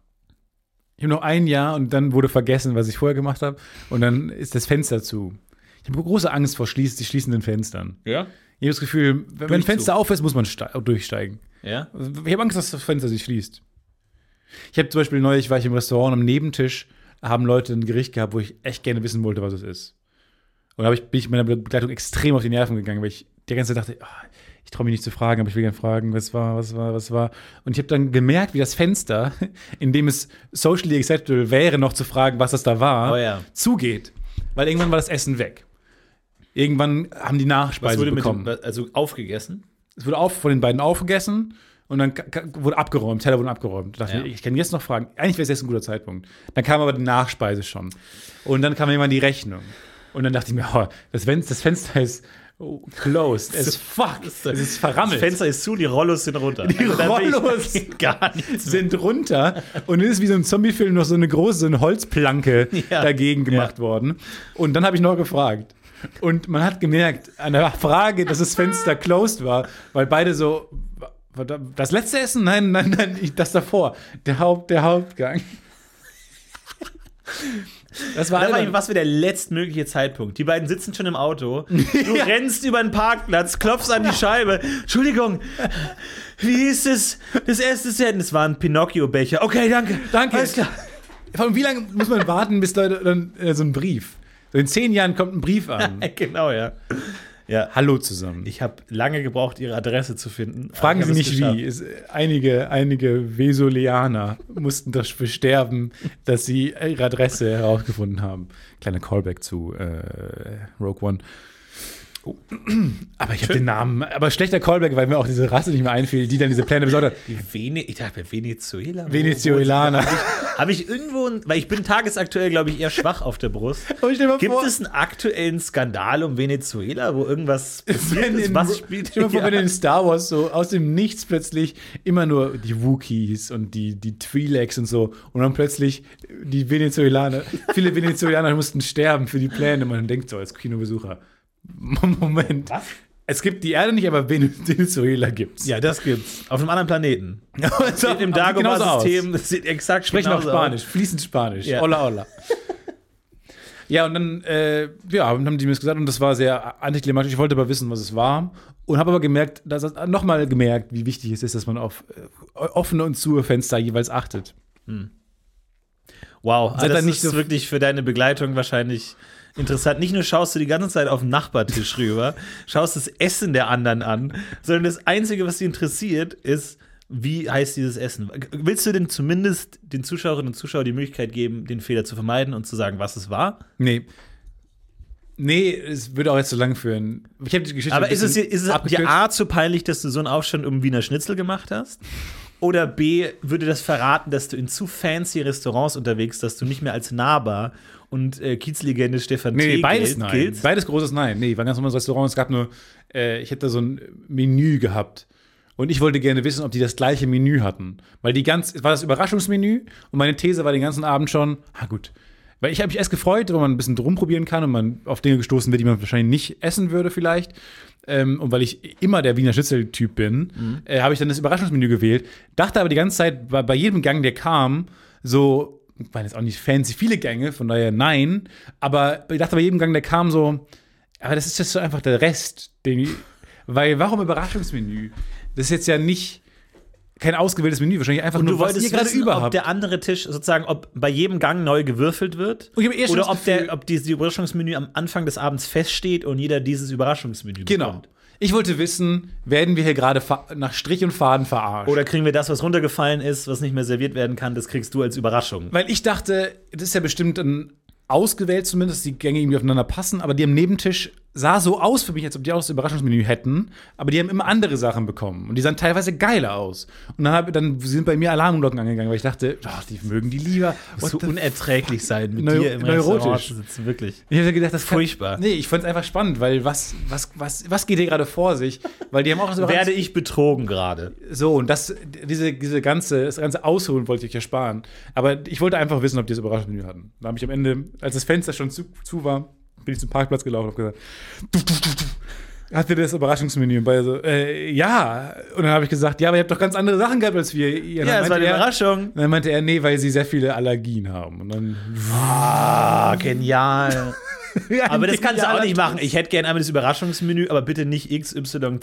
Speaker 2: Ich habe noch ein Jahr und dann wurde vergessen, was ich vorher gemacht habe. Und dann ist das Fenster zu. Ich habe große Angst vor schließ die schließenden Fenstern.
Speaker 1: Ja?
Speaker 2: Ich habe das Gefühl, wenn wenn ein
Speaker 1: Durchzug.
Speaker 2: Fenster auf ist, muss man ste- durchsteigen.
Speaker 1: Ja?
Speaker 2: Ich habe Angst, dass das Fenster sich schließt. Ich habe zum Beispiel neulich, war ich im Restaurant und am Nebentisch haben Leute ein Gericht gehabt, wo ich echt gerne wissen wollte, was es ist. Und da hab ich, bin ich meiner Begleitung extrem auf die Nerven gegangen, weil ich die ganze Zeit dachte, ah, ich traue mich nicht zu fragen, aber ich will gerne fragen, was war, was war, was war. Und ich habe dann gemerkt, wie das Fenster, in dem es socially acceptable wäre, noch zu fragen, was das da war,
Speaker 1: Oh ja.
Speaker 2: zugeht. Weil irgendwann war das Essen weg. Irgendwann haben die Nachspeise
Speaker 1: Was wurde mit
Speaker 2: bekommen.
Speaker 1: dem, also aufgegessen?
Speaker 2: Es wurde auf, von den beiden aufgegessen und dann ka- ka- wurde abgeräumt, Teller wurden abgeräumt. Da dachte
Speaker 1: Ja.
Speaker 2: ich, ich kann jetzt noch fragen. Eigentlich wäre es jetzt ein guter Zeitpunkt. Dann kam aber die Nachspeise schon. Und dann kam irgendwann die Rechnung. Und dann dachte ich mir, oh, das, Fen das Fenster ist oh, closed. Es ist fuck. Es ist verrammelt.
Speaker 1: Das Fenster ist zu, die Rollos sind runter.
Speaker 2: Die
Speaker 1: da will ich-
Speaker 2: Rollos.
Speaker 1: da geht gar nichts.
Speaker 2: sind runter und es ist wie so ein Zombie-Film noch so eine große so eine Holzplanke
Speaker 1: Ja.
Speaker 2: dagegen gemacht worden. Und dann habe ich noch gefragt. Und man hat gemerkt, an der Frage, dass das Fenster closed war, weil beide so, verdammt, das letzte Essen? Nein, nein, nein, ich- das davor. Der, Haupt, der Hauptgang. Das war,
Speaker 1: Dann war
Speaker 2: alle-
Speaker 1: eben, was für der letztmögliche Zeitpunkt. Die beiden sitzen schon im Auto. Du rennst über den Parkplatz, klopfst an die Scheibe. Entschuldigung, wie hieß es? Das erste Set. Es war ein Pinocchio-Becher. Okay, danke.
Speaker 2: Danke.
Speaker 1: Alles klar.
Speaker 2: Vor allem, wie lange muss man warten, bis Leute dann äh, so ein Brief? So in zehn Jahren kommt ein Brief an.
Speaker 1: Genau, ja. Ja.
Speaker 2: Hallo zusammen.
Speaker 1: Ich habe lange gebraucht, ihre Adresse zu finden.
Speaker 2: Fragen
Speaker 1: Aber
Speaker 2: Sie
Speaker 1: ich
Speaker 2: nicht
Speaker 1: habe es
Speaker 2: wie. Es, einige, einige Vesulianer mussten das besterben, dass sie ihre Adresse herausgefunden haben. Kleiner Callback zu äh, Rogue One. Oh. Aber ich habe den Namen. Aber schlechter Callback, weil mir auch diese Rasse nicht mehr einfiel, die dann diese Pläne besonders.
Speaker 1: geschafft. Vene ich dachte, Venezuela. Wo-
Speaker 2: Venezuelaner.
Speaker 1: Habe ich irgendwo, ein- weil ich bin tagesaktuell, glaube ich, eher schwach auf der Brust.
Speaker 2: Und stell dir mal
Speaker 1: Gibt
Speaker 2: vor-
Speaker 1: es einen aktuellen Skandal um Venezuela, wo irgendwas passiert
Speaker 2: Wenn
Speaker 1: ist?
Speaker 2: in,
Speaker 1: Was spielt
Speaker 2: stell dir mal vor,
Speaker 1: Ja.
Speaker 2: wenn in Star Wars so aus dem Nichts plötzlich immer nur die Wookiees und die, die Twi'leks und so und dann plötzlich die Venezuelaner, viele Venezuelaner mussten sterben für die Pläne. Man denkt so als Kinobesucher, Moment,
Speaker 1: Was?
Speaker 2: es gibt die Erde nicht, aber Vene- Venezuela gibt's.
Speaker 1: Ja, das gibt's. Auf einem anderen Planeten.
Speaker 2: Also,
Speaker 1: Sieht Im
Speaker 2: aber sieht genauso aus.
Speaker 1: Dagobah-System das sieht exakt
Speaker 2: Sprechen auch
Speaker 1: genauso aus.
Speaker 2: Spanisch, fließend Spanisch.
Speaker 1: Ja.
Speaker 2: Hola, hola. ja, und dann äh, ja, haben die mir das gesagt und das war sehr antiklimatisch. Ich wollte aber wissen, was es war und habe aber gemerkt, nochmal gemerkt, wie wichtig es ist, dass man auf äh, offene und zu Fenster jeweils achtet.
Speaker 1: Wow, ah,
Speaker 2: Seid
Speaker 1: das
Speaker 2: da nicht
Speaker 1: ist
Speaker 2: so-
Speaker 1: wirklich für deine Begleitung wahrscheinlich interessant. Nicht nur schaust du die ganze Zeit auf den Nachbartisch rüber, schaust das Essen der anderen an, sondern das Einzige, was dich interessiert, ist, wie heißt dieses Essen? Willst du denn zumindest den Zuschauerinnen und Zuschauern die Möglichkeit geben, den Fehler zu vermeiden und zu sagen, was es war?
Speaker 2: Nee. Nee, es würde auch jetzt zu lang führen. Ich habe die Geschichte
Speaker 1: Aber
Speaker 2: ein
Speaker 1: ist es, dir-
Speaker 2: bisschen
Speaker 1: ist es dir
Speaker 2: abgekürzt.
Speaker 1: A zu peinlich, dass du so einen Aufstand um Wiener Schnitzel gemacht hast? Oder B, würde das verraten, dass du in zu fancy Restaurants unterwegs bist, dass du nicht mehr als Nahbar und äh, Kiezlegende Stefan
Speaker 2: Nee,
Speaker 1: T.
Speaker 2: nee, beides
Speaker 1: gilt-
Speaker 2: nein.
Speaker 1: giltst?
Speaker 2: Beides großes Nein. Nee, war ein ganz normales Restaurant. Es gab nur, äh, ich hätte da so ein Menü gehabt. Und ich wollte gerne wissen, ob die das gleiche Menü hatten. Weil die ganz, es war das Überraschungsmenü und meine These war den ganzen Abend schon, ah gut. Weil ich habe mich erst gefreut, wenn man ein bisschen drum probieren kann und man auf Dinge gestoßen wird, die man wahrscheinlich nicht essen würde vielleicht. Ähm, und weil ich immer der Wiener Schnitzel-Typ bin, äh, habe ich dann das Überraschungsmenü gewählt. Dachte aber die ganze Zeit bei, bei jedem Gang, der kam, so, ich meine jetzt auch nicht fancy viele Gänge, von daher nein. Aber ich dachte bei jedem Gang, der kam so, aber das ist jetzt so einfach der Rest, den ich, weil warum Überraschungsmenü? Das ist jetzt ja nicht kein ausgewähltes Menü, wahrscheinlich einfach
Speaker 1: Und
Speaker 2: nur
Speaker 1: du
Speaker 2: was ihr
Speaker 1: wolltest
Speaker 2: gerade
Speaker 1: wissen,
Speaker 2: über
Speaker 1: ob
Speaker 2: habt.
Speaker 1: der andere Tisch sozusagen, ob bei jedem Gang neu gewürfelt wird
Speaker 2: Und ich hab eh schon
Speaker 1: oder
Speaker 2: das
Speaker 1: ob,
Speaker 2: Gefühl-
Speaker 1: der, ob dieses Überraschungsmenü am Anfang des Abends feststeht und jeder dieses Überraschungsmenü
Speaker 2: Genau.
Speaker 1: bekommt.
Speaker 2: Ich wollte wissen, werden wir hier gerade ver- nach Strich und Faden verarscht?
Speaker 1: Oder kriegen wir das, was runtergefallen ist, was nicht mehr serviert werden kann, das kriegst du als Überraschung.
Speaker 2: Weil ich dachte, das ist ja bestimmt ein ausgewählt zumindest, die Gänge irgendwie aufeinander passen, aber die am Nebentisch sah so aus für mich, als ob die auch das Überraschungsmenü hätten, aber die haben immer andere Sachen bekommen und die sahen teilweise geiler aus. Und dann, hab, dann sind bei mir Alarmglocken angegangen, weil ich dachte, oh, die mögen die lieber.
Speaker 1: Muss so
Speaker 2: What the
Speaker 1: unerträglich sein, mit
Speaker 2: Neu-
Speaker 1: dir im
Speaker 2: neurotisch.
Speaker 1: Restaurant zu sitzen, wirklich.
Speaker 2: Ich habe gedacht, das kann,
Speaker 1: Furchtbar.
Speaker 2: Nee, ich fand es einfach spannend, weil was, was, was, was geht hier gerade vor sich? Weil die haben auch das Überraschungs-
Speaker 1: Werde ich betrogen gerade?
Speaker 2: So, und das, diese, diese ganze, das ganze Ausholen wollte ich euch ersparen. Aber ich wollte einfach wissen, ob die das Überraschungsmenü hatten. Da habe ich am Ende, als das Fenster schon zu, zu war, bin ich zum Parkplatz gelaufen und habe gesagt, du, du, du, du. Habt ihr das Überraschungsmenü? Und beide so, äh, ja. Und dann habe ich gesagt, ja, aber ihr habt doch ganz andere Sachen gehabt als wir. Ja,
Speaker 1: Ja, es war eine
Speaker 2: er,
Speaker 1: Überraschung.
Speaker 2: dann meinte er, nee, weil sie sehr viele Allergien haben. Und dann,
Speaker 1: Ah, genial. Aber das kannst du auch nicht machen. Ich hätte gerne einmal das Überraschungsmenü, aber bitte nicht XYZ. Sondern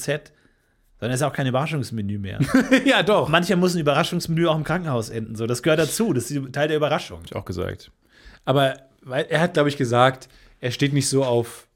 Speaker 1: es ist auch kein Überraschungsmenü mehr.
Speaker 2: ja, doch.
Speaker 1: Mancher muss ein Überraschungsmenü auch im Krankenhaus enden. So, das gehört dazu. Das ist Teil der Überraschung.
Speaker 2: ich auch gesagt. Aber weil er hat, glaube ich, gesagt, er steht nicht so auf,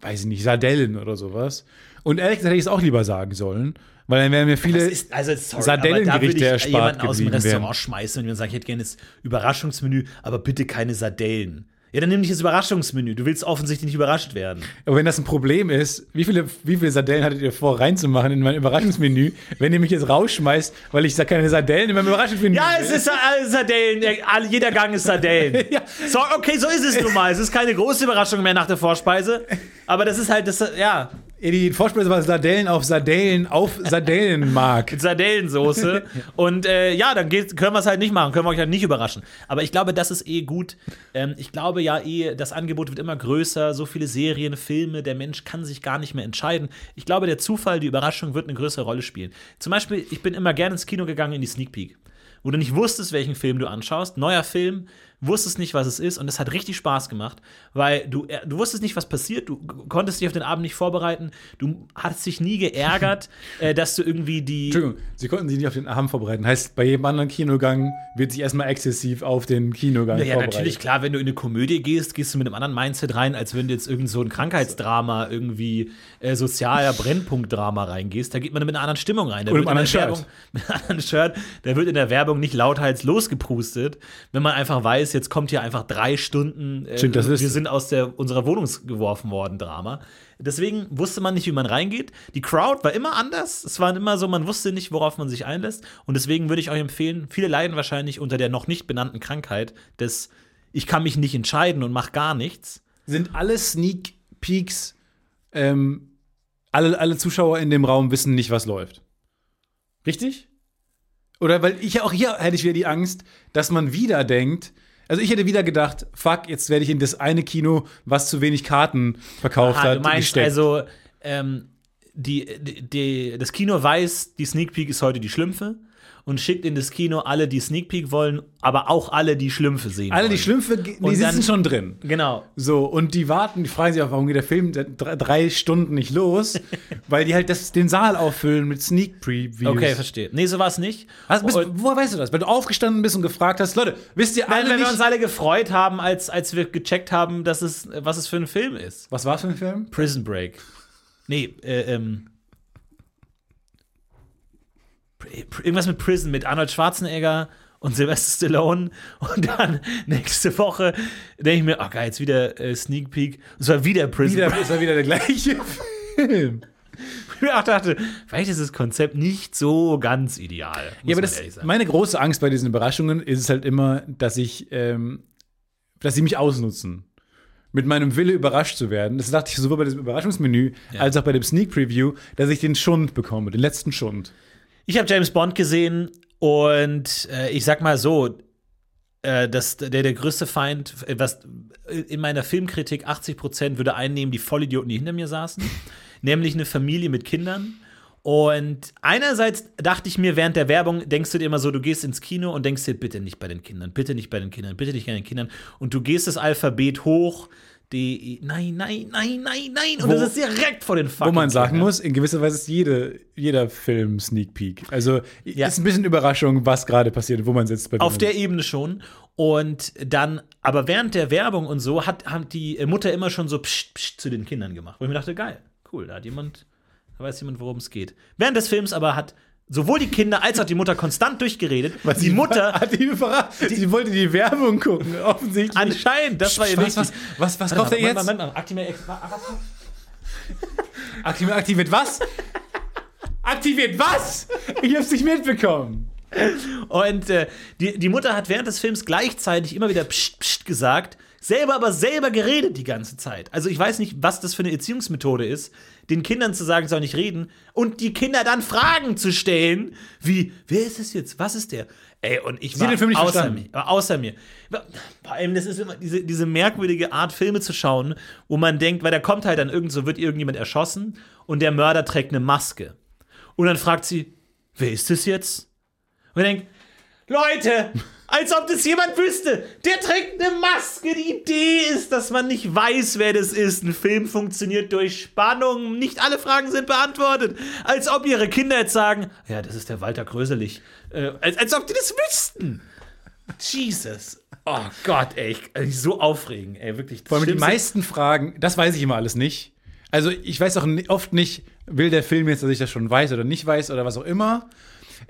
Speaker 2: weiß ich nicht, Sardellen oder sowas. Und ehrlich gesagt hätte ich es auch lieber sagen sollen, weil dann wären mir
Speaker 1: Das
Speaker 2: viele.
Speaker 1: ist also sorry,
Speaker 2: Sardellengerichte
Speaker 1: aber da würde ich
Speaker 2: erspart
Speaker 1: jemanden aus dem
Speaker 2: geblieben
Speaker 1: Restaurant
Speaker 2: werden.
Speaker 1: schmeißen und jemand sagt, ich hätte gerne das Überraschungsmenü, aber bitte keine Sardellen. Ja, dann nimm nicht das Überraschungsmenü. Du willst offensichtlich nicht überrascht werden.
Speaker 2: Aber wenn das ein Problem ist, wie viele, wie viele Sardellen hattet ihr vor, reinzumachen in mein Überraschungsmenü, wenn ihr mich jetzt rausschmeißt, weil ich sag keine Sardellen in meinem Überraschungsmenü?
Speaker 1: Ja,
Speaker 2: will?
Speaker 1: es ist äh, Sardellen. Ja, all- Jeder Gang ist Sardellen.
Speaker 2: Ja.
Speaker 1: so, okay, so ist es nun mal. Es ist keine große Überraschung mehr nach der Vorspeise. Aber das ist halt, das, ja,
Speaker 2: Die Vorspeise war Sardellen auf Sardellen auf Sardellenmark.
Speaker 1: Sardellensoße. Und äh, ja, dann geht, können wir es halt nicht machen, können wir euch halt nicht überraschen. Aber ich glaube, das ist eh gut. Ähm, ich glaube ja eh, das Angebot wird immer größer, so viele Serien, Filme, der Mensch kann sich gar nicht mehr entscheiden. Ich glaube, der Zufall, die Überraschung wird eine größere Rolle spielen. Zum Beispiel, ich bin immer gerne ins Kino gegangen in die Sneak Peek. Wo du nicht wusstest, welchen Film du anschaust, neuer Film, wusstest nicht, was es ist, und es hat richtig Spaß gemacht, weil du, äh, du wusstest nicht, was passiert, du g- konntest dich auf den Abend nicht vorbereiten, du hast dich nie geärgert, äh, dass du irgendwie die,
Speaker 2: Entschuldigung, sie konnten sich nicht auf den Arm vorbereiten. Heißt, bei jedem anderen Kinogang wird sich erstmal exzessiv auf den Kinogang
Speaker 1: Ja,
Speaker 2: vorbereitet.
Speaker 1: natürlich, klar, wenn du in eine Komödie gehst, gehst du mit einem anderen Mindset rein, als wenn du jetzt irgend so ein Krankheitsdrama, irgendwie äh, sozialer Brennpunktdrama reingehst. Da geht man mit einer anderen Stimmung rein. Da
Speaker 2: Und
Speaker 1: wird in
Speaker 2: einem
Speaker 1: der
Speaker 2: anderen
Speaker 1: Werbung, mit einem anderen Shirt. Da wird in der Werbung nicht lauthals losgeprustet, wenn man einfach weiß, jetzt kommt hier einfach drei Stunden, äh,
Speaker 2: Stimmt, das
Speaker 1: wir
Speaker 2: ist-
Speaker 1: sind aus der, unserer Wohnung geworfen worden, Drama. Deswegen wusste man nicht, wie man reingeht. Die Crowd war immer anders. Es waren immer so, man wusste nicht, worauf man sich einlässt. Und deswegen würde ich euch empfehlen, viele leiden wahrscheinlich unter der noch nicht benannten Krankheit des Ich kann mich nicht entscheiden und mach gar nichts.
Speaker 2: sind alle Sneak Peeks, ähm, alle, alle Zuschauer in dem Raum wissen nicht, was läuft. Richtig? Oder weil ich auch hier hätte ich wieder die Angst, dass man wieder denkt, also ich hätte wieder gedacht, fuck, jetzt werde ich in das eine Kino, was zu wenig Karten verkauft
Speaker 1: Ah,
Speaker 2: hat,
Speaker 1: du meinst
Speaker 2: gesteckt.
Speaker 1: also, ähm, die, die, die, das Kino weiß, die Sneak Peek ist heute die Schlümpfe und schickt in das Kino alle, die Sneak Peek wollen, aber auch alle, die Schlümpfe sehen.
Speaker 2: alle die
Speaker 1: wollen.
Speaker 2: Schlümpfe, die
Speaker 1: Und dann-
Speaker 2: sitzen schon drin.
Speaker 1: Genau.
Speaker 2: So, und die warten, die fragen sich auch, warum geht der Film seit drei- drei Stunden nicht los? weil die halt das, den Saal auffüllen mit Sneak Previews.
Speaker 1: Okay, verstehe. Nee, so war es nicht.
Speaker 2: Was, bist,
Speaker 1: Und-
Speaker 2: woher weißt du das? Weil du aufgestanden bist und gefragt hast, Leute, wisst ihr
Speaker 1: Nein,
Speaker 2: alle
Speaker 1: wenn wir
Speaker 2: nicht,
Speaker 1: uns alle gefreut haben, als, als wir gecheckt haben, dass es, was es für ein Film ist.
Speaker 2: was war es für ein Film?
Speaker 1: Prison Break. Nee, äh, ähm. Pr- äh, pr- Irgendwas mit Prison, mit Arnold Schwarzenegger und Sylvester Stallone. Und dann nächste Woche denke ich mir, oh geil, jetzt wieder äh, Sneak Peek. Und es war wieder Prison
Speaker 2: Wieder,
Speaker 1: Break.
Speaker 2: ist ja wieder der gleiche Film.
Speaker 1: Ich auch dachte, vielleicht ist das Konzept nicht so ganz ideal. Muss
Speaker 2: Ja, aber
Speaker 1: man
Speaker 2: das,
Speaker 1: ehrlich sagen.
Speaker 2: meine große Angst bei diesen Überraschungen ist es halt immer, dass ich, ähm, dass sie mich ausnutzen. Mit meinem Wille überrascht zu werden. Das dachte ich sowohl bei diesem Überraschungsmenü als auch bei dem Sneak Preview, dass ich den Schund bekomme, den letzten Schund.
Speaker 1: Ich habe James Bond gesehen und äh, ich sag mal so, äh, dass der, der größte Feind, äh, was in meiner Filmkritik 80 Prozent würde einnehmen, die Vollidioten, die hinter mir saßen, nämlich eine Familie mit Kindern. Und einerseits dachte ich mir während der Werbung, denkst du dir immer so, du gehst ins Kino und denkst dir, bitte nicht bei den Kindern, bitte nicht bei den Kindern, bitte nicht bei den Kindern. Und du gehst das Alphabet hoch, D, E, nein, nein, nein, nein, nein. Und
Speaker 2: Wo-
Speaker 1: das ist direkt vor den
Speaker 2: Wo
Speaker 1: fucking
Speaker 2: man sagen
Speaker 1: Kindern.
Speaker 2: muss, in gewisser Weise ist jede, jeder Film Sneak Peek. Also
Speaker 1: Ja.
Speaker 2: ist ein bisschen Überraschung, was gerade passiert und wo man sitzt. Bei
Speaker 1: Auf
Speaker 2: wem man
Speaker 1: der Ebene schon. Und dann, aber während der Werbung und so, hat, hat die Mutter immer schon so pscht, pscht zu den Kindern gemacht. Wo ich mir dachte, geil, cool, da hat jemand, da weiß jemand, worum es geht. Während des Films aber hat sowohl die Kinder als auch die Mutter konstant durchgeredet.
Speaker 2: sitzt.
Speaker 1: die Mutter,
Speaker 2: hat ihn verraten. Sie wollte die Ah, Werbung gucken, offensichtlich.
Speaker 1: anscheinend, das war ihr
Speaker 2: was,
Speaker 1: wichtig.
Speaker 2: was, was, was
Speaker 1: Warte
Speaker 2: kauft
Speaker 1: mal,
Speaker 2: er jetzt?
Speaker 1: Moment, Moment, Moment, Actimel Ex- wa- was?
Speaker 2: Aktiviert, aktiviert was? aktiviert was? Ich hab's nicht mitbekommen.
Speaker 1: Und äh, die, die Mutter hat während des Films gleichzeitig immer wieder pscht, pscht gesagt, selber aber selber geredet die ganze Zeit. Also ich weiß nicht, was das für eine Erziehungsmethode ist, den Kindern zu sagen, sie sollen nicht reden und die Kinder dann Fragen zu stellen, wie, wer ist es jetzt? Was ist der? Ey, und ich
Speaker 2: hat den Film nicht
Speaker 1: außer
Speaker 2: verstanden.
Speaker 1: mir. war Außer mir. Vor allem, das ist immer diese, diese merkwürdige Art, Filme zu schauen, wo man denkt, weil da kommt halt dann irgend so, wird irgendjemand erschossen und der Mörder trägt eine Maske. Und dann fragt sie, wer ist es jetzt? Und denkt, Leute, als ob das jemand wüsste. Der trägt eine Maske. Die Idee ist, dass man nicht weiß, wer das ist. Ein Film funktioniert durch Spannung. Nicht alle Fragen sind beantwortet. Als ob ihre Kinder jetzt sagen, ja, das ist der Walter Gröselich. Äh, als, als ob die das wüssten. Jesus. Oh Gott, ey. Ich, ey, so aufregend, ey. Wirklich. Das
Speaker 2: Vor allem die
Speaker 1: Schlimmste-
Speaker 2: meisten Fragen, das weiß ich immer alles nicht. Also ich weiß auch ni- oft nicht, will der Film jetzt, dass ich das schon weiß oder nicht weiß oder was auch immer.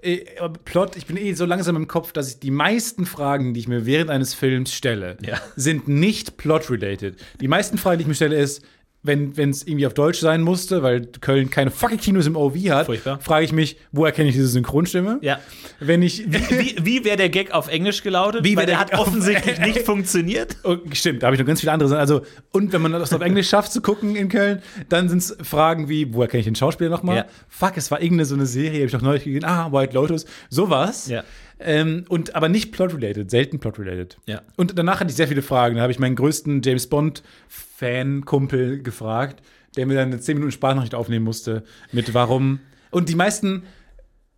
Speaker 2: Äh, aber Plot, ich bin eh so langsam im Kopf, dass ich die meisten Fragen, die ich mir während eines Films stelle,
Speaker 1: Ja.
Speaker 2: sind nicht plot-related. Die meisten Fragen, die ich mir stelle, ist, wenn es irgendwie auf Deutsch sein musste, weil Köln keine fucking Kinos im OV hat,
Speaker 1: Furchtbar.
Speaker 2: frage ich mich, woher kenne ich diese Synchronstimme?
Speaker 1: Ja.
Speaker 2: Wenn ich
Speaker 1: Wie, wie wäre der Gag auf Englisch gelautet?
Speaker 2: Wie wär
Speaker 1: Weil der
Speaker 2: der
Speaker 1: hat
Speaker 2: Gag auf-
Speaker 1: offensichtlich nicht funktioniert.
Speaker 2: Oh, stimmt, da habe ich noch ganz viele andere Sachen. Also, und wenn man das auf Englisch schafft zu gucken in Köln, dann sind es Fragen wie, woher kenne ich den Schauspieler nochmal?
Speaker 1: Ja.
Speaker 2: Fuck, es war irgendeine so eine Serie, habe ich doch neulich gesehen. Ah, White Lotus, sowas.
Speaker 1: Ja.
Speaker 2: Ähm, und aber nicht plot-related, selten plot-related.
Speaker 1: Ja.
Speaker 2: Und danach hatte ich sehr viele Fragen. Da habe ich meinen größten James Bond-Fan-Kumpel gefragt, der mir dann eine 10 Minuten Sprachnachricht aufnehmen musste, mit warum. Und die meisten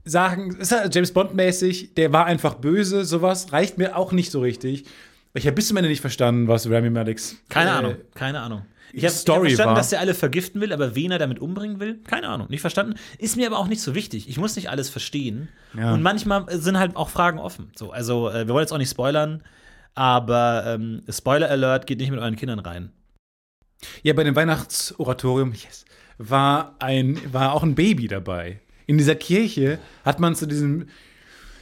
Speaker 2: sagen, es ist halt James Bond-mäßig, der war einfach böse, sowas reicht mir auch nicht so richtig. Ich habe bis zum Ende nicht verstanden, was Rami Maleks.
Speaker 1: Keine
Speaker 2: äh,
Speaker 1: Ahnung, keine Ahnung. Ich habe
Speaker 2: Story
Speaker 1: verstanden,
Speaker 2: war-
Speaker 1: dass der alle vergiften will, aber wen er damit umbringen will, keine Ahnung, nicht verstanden. Ist mir aber auch nicht so wichtig. Ich muss nicht alles verstehen.
Speaker 2: Ja.
Speaker 1: Und manchmal sind halt auch Fragen offen. So, also äh, wir wollen jetzt auch nicht spoilern, aber ähm, Spoiler Alert geht nicht mit euren Kindern rein.
Speaker 2: Ja, bei dem Weihnachtsoratorium, yes, war, ein, war auch ein Baby dabei. In dieser Kirche hat man zu diesem.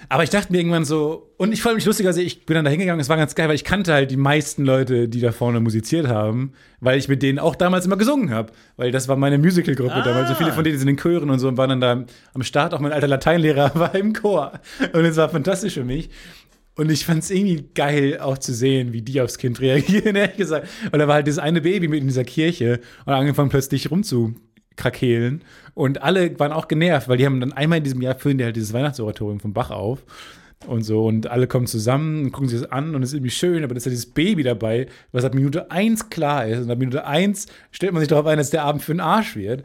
Speaker 2: Aber ich dachte mir irgendwann so, und ich freue mich lustiger, also ich bin dann da hingegangen, es war ganz geil, weil ich kannte halt die meisten Leute, die da vorne musiziert haben, weil ich mit denen auch damals immer gesungen habe. Weil das war meine Musical-Gruppe
Speaker 1: Ah.
Speaker 2: damals. So viele von denen sind in Chören und so und waren dann da am Start. Auch mein alter Lateinlehrer war im Chor. Und es war fantastisch für mich. Und ich fand es irgendwie geil, auch zu sehen, wie die aufs Kind reagieren, ehrlich gesagt. Und da war halt dieses eine Baby mit in dieser Kirche und hat angefangen plötzlich rumzukrakehlen. Und alle waren auch genervt, weil die haben dann einmal in diesem Jahr führen die halt dieses Weihnachtsoratorium von Bach auf. Und so, und alle kommen zusammen und gucken sich das an und es ist irgendwie schön, aber das ist ja dieses Baby dabei, was ab Minute eins klar ist. Und ab Minute eins stellt man sich darauf ein, dass der Abend für den Arsch wird.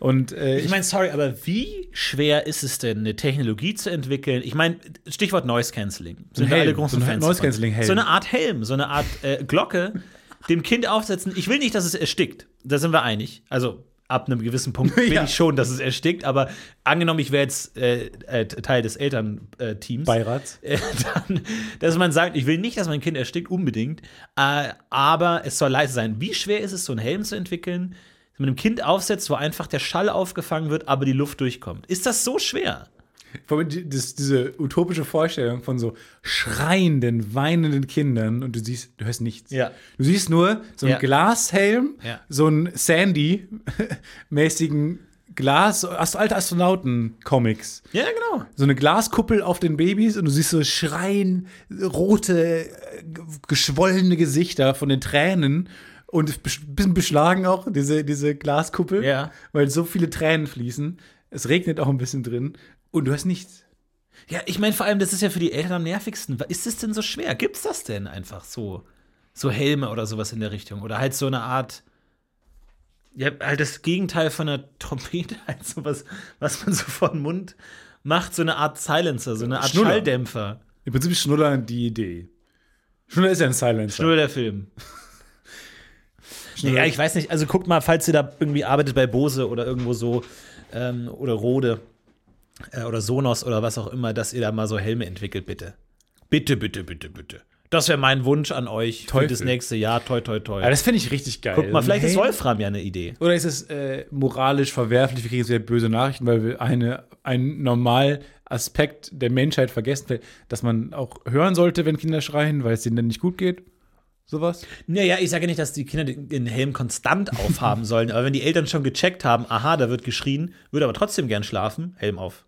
Speaker 2: Und äh,
Speaker 1: Ich meine, sorry, aber wie schwer ist es denn, eine Technologie zu entwickeln? Ich meine, Stichwort Noise Cancelling. Sind wir
Speaker 2: Helm,
Speaker 1: alle großen
Speaker 2: so ein
Speaker 1: Fans.
Speaker 2: Noise
Speaker 1: davon.
Speaker 2: Cancelling-Helm.
Speaker 1: So eine Art Helm, so eine Art äh, Glocke dem Kind aufsetzen. Ich will nicht, dass es erstickt. Da sind wir einig. Also ab einem gewissen Punkt bin
Speaker 2: Ja.
Speaker 1: ich schon, dass es erstickt. Aber angenommen, ich wäre jetzt äh, äh, Teil des Elternteams.
Speaker 2: Beirats.
Speaker 1: Äh, dann, dass man sagt, ich will nicht, dass mein Kind erstickt, unbedingt, äh, aber es soll leise sein. Wie schwer ist es, so einen Helm zu entwickeln, den man einem Kind aufsetzt, wo einfach der Schall aufgefangen wird, aber die Luft durchkommt? Ist das so schwer?
Speaker 2: Vor allem die- das, diese utopische Vorstellung von so schreienden, weinenden Kindern und du siehst, du hörst nichts.
Speaker 1: Ja.
Speaker 2: Du siehst nur so einen
Speaker 1: Ja.
Speaker 2: Glashelm,
Speaker 1: Ja.
Speaker 2: so einen Sandy-mäßigen Glas, Ast- alte Astronauten-Comics.
Speaker 1: Ja, genau.
Speaker 2: So eine Glaskuppel auf den Babys und du siehst so schreien, rote, äh, ge- geschwollene Gesichter von den Tränen und besch- bisschen beschlagen auch, diese, diese Glaskuppel,
Speaker 1: Ja.
Speaker 2: weil so viele Tränen fließen. Es regnet auch ein bisschen drin und du hörst nichts.
Speaker 1: Ja, ich meine, vor allem, das ist ja für die Eltern am nervigsten. Wa- Ist es denn so schwer? Gibt's das denn einfach so? So Helme oder sowas in der Richtung? Oder halt so eine Art ja, halt das Gegenteil von einer Trompete, halt sowas, was man so vor den Mund macht, so eine Art Silencer, so eine Art
Speaker 2: Schnuller.
Speaker 1: Schalldämpfer.
Speaker 2: Im Prinzip ist Schnuller die Idee. Schnuller ist ja ein Silencer.
Speaker 1: Schnur der Film. Nee, ja, ich weiß nicht. Also guckt mal, falls ihr da irgendwie arbeitet bei Bose oder irgendwo so ähm, oder Rode äh, oder Sonos oder was auch immer, dass ihr da mal so Helme entwickelt, bitte. Bitte, bitte, bitte, bitte. Das wäre mein Wunsch an euch
Speaker 2: Teufel.
Speaker 1: für das nächste Jahr. Toi, toi, toi.
Speaker 2: Aber das finde ich richtig geil.
Speaker 1: Guck mal,
Speaker 2: So ein
Speaker 1: vielleicht ist
Speaker 2: Helm-
Speaker 1: Wolfram ja eine Idee.
Speaker 2: Oder ist es äh, moralisch verwerflich? Wir kriegen jetzt wieder böse Nachrichten, weil wir eine, einen normalen Aspekt der Menschheit vergessen, dass man auch hören sollte, wenn Kinder schreien, weil es denen dann nicht gut geht. Sowas.
Speaker 1: Naja, ich sage ja nicht, dass die Kinder den den Helm konstant aufhaben sollen, aber wenn die Eltern schon gecheckt haben, aha, da wird geschrien, würde aber trotzdem gern schlafen, Helm auf.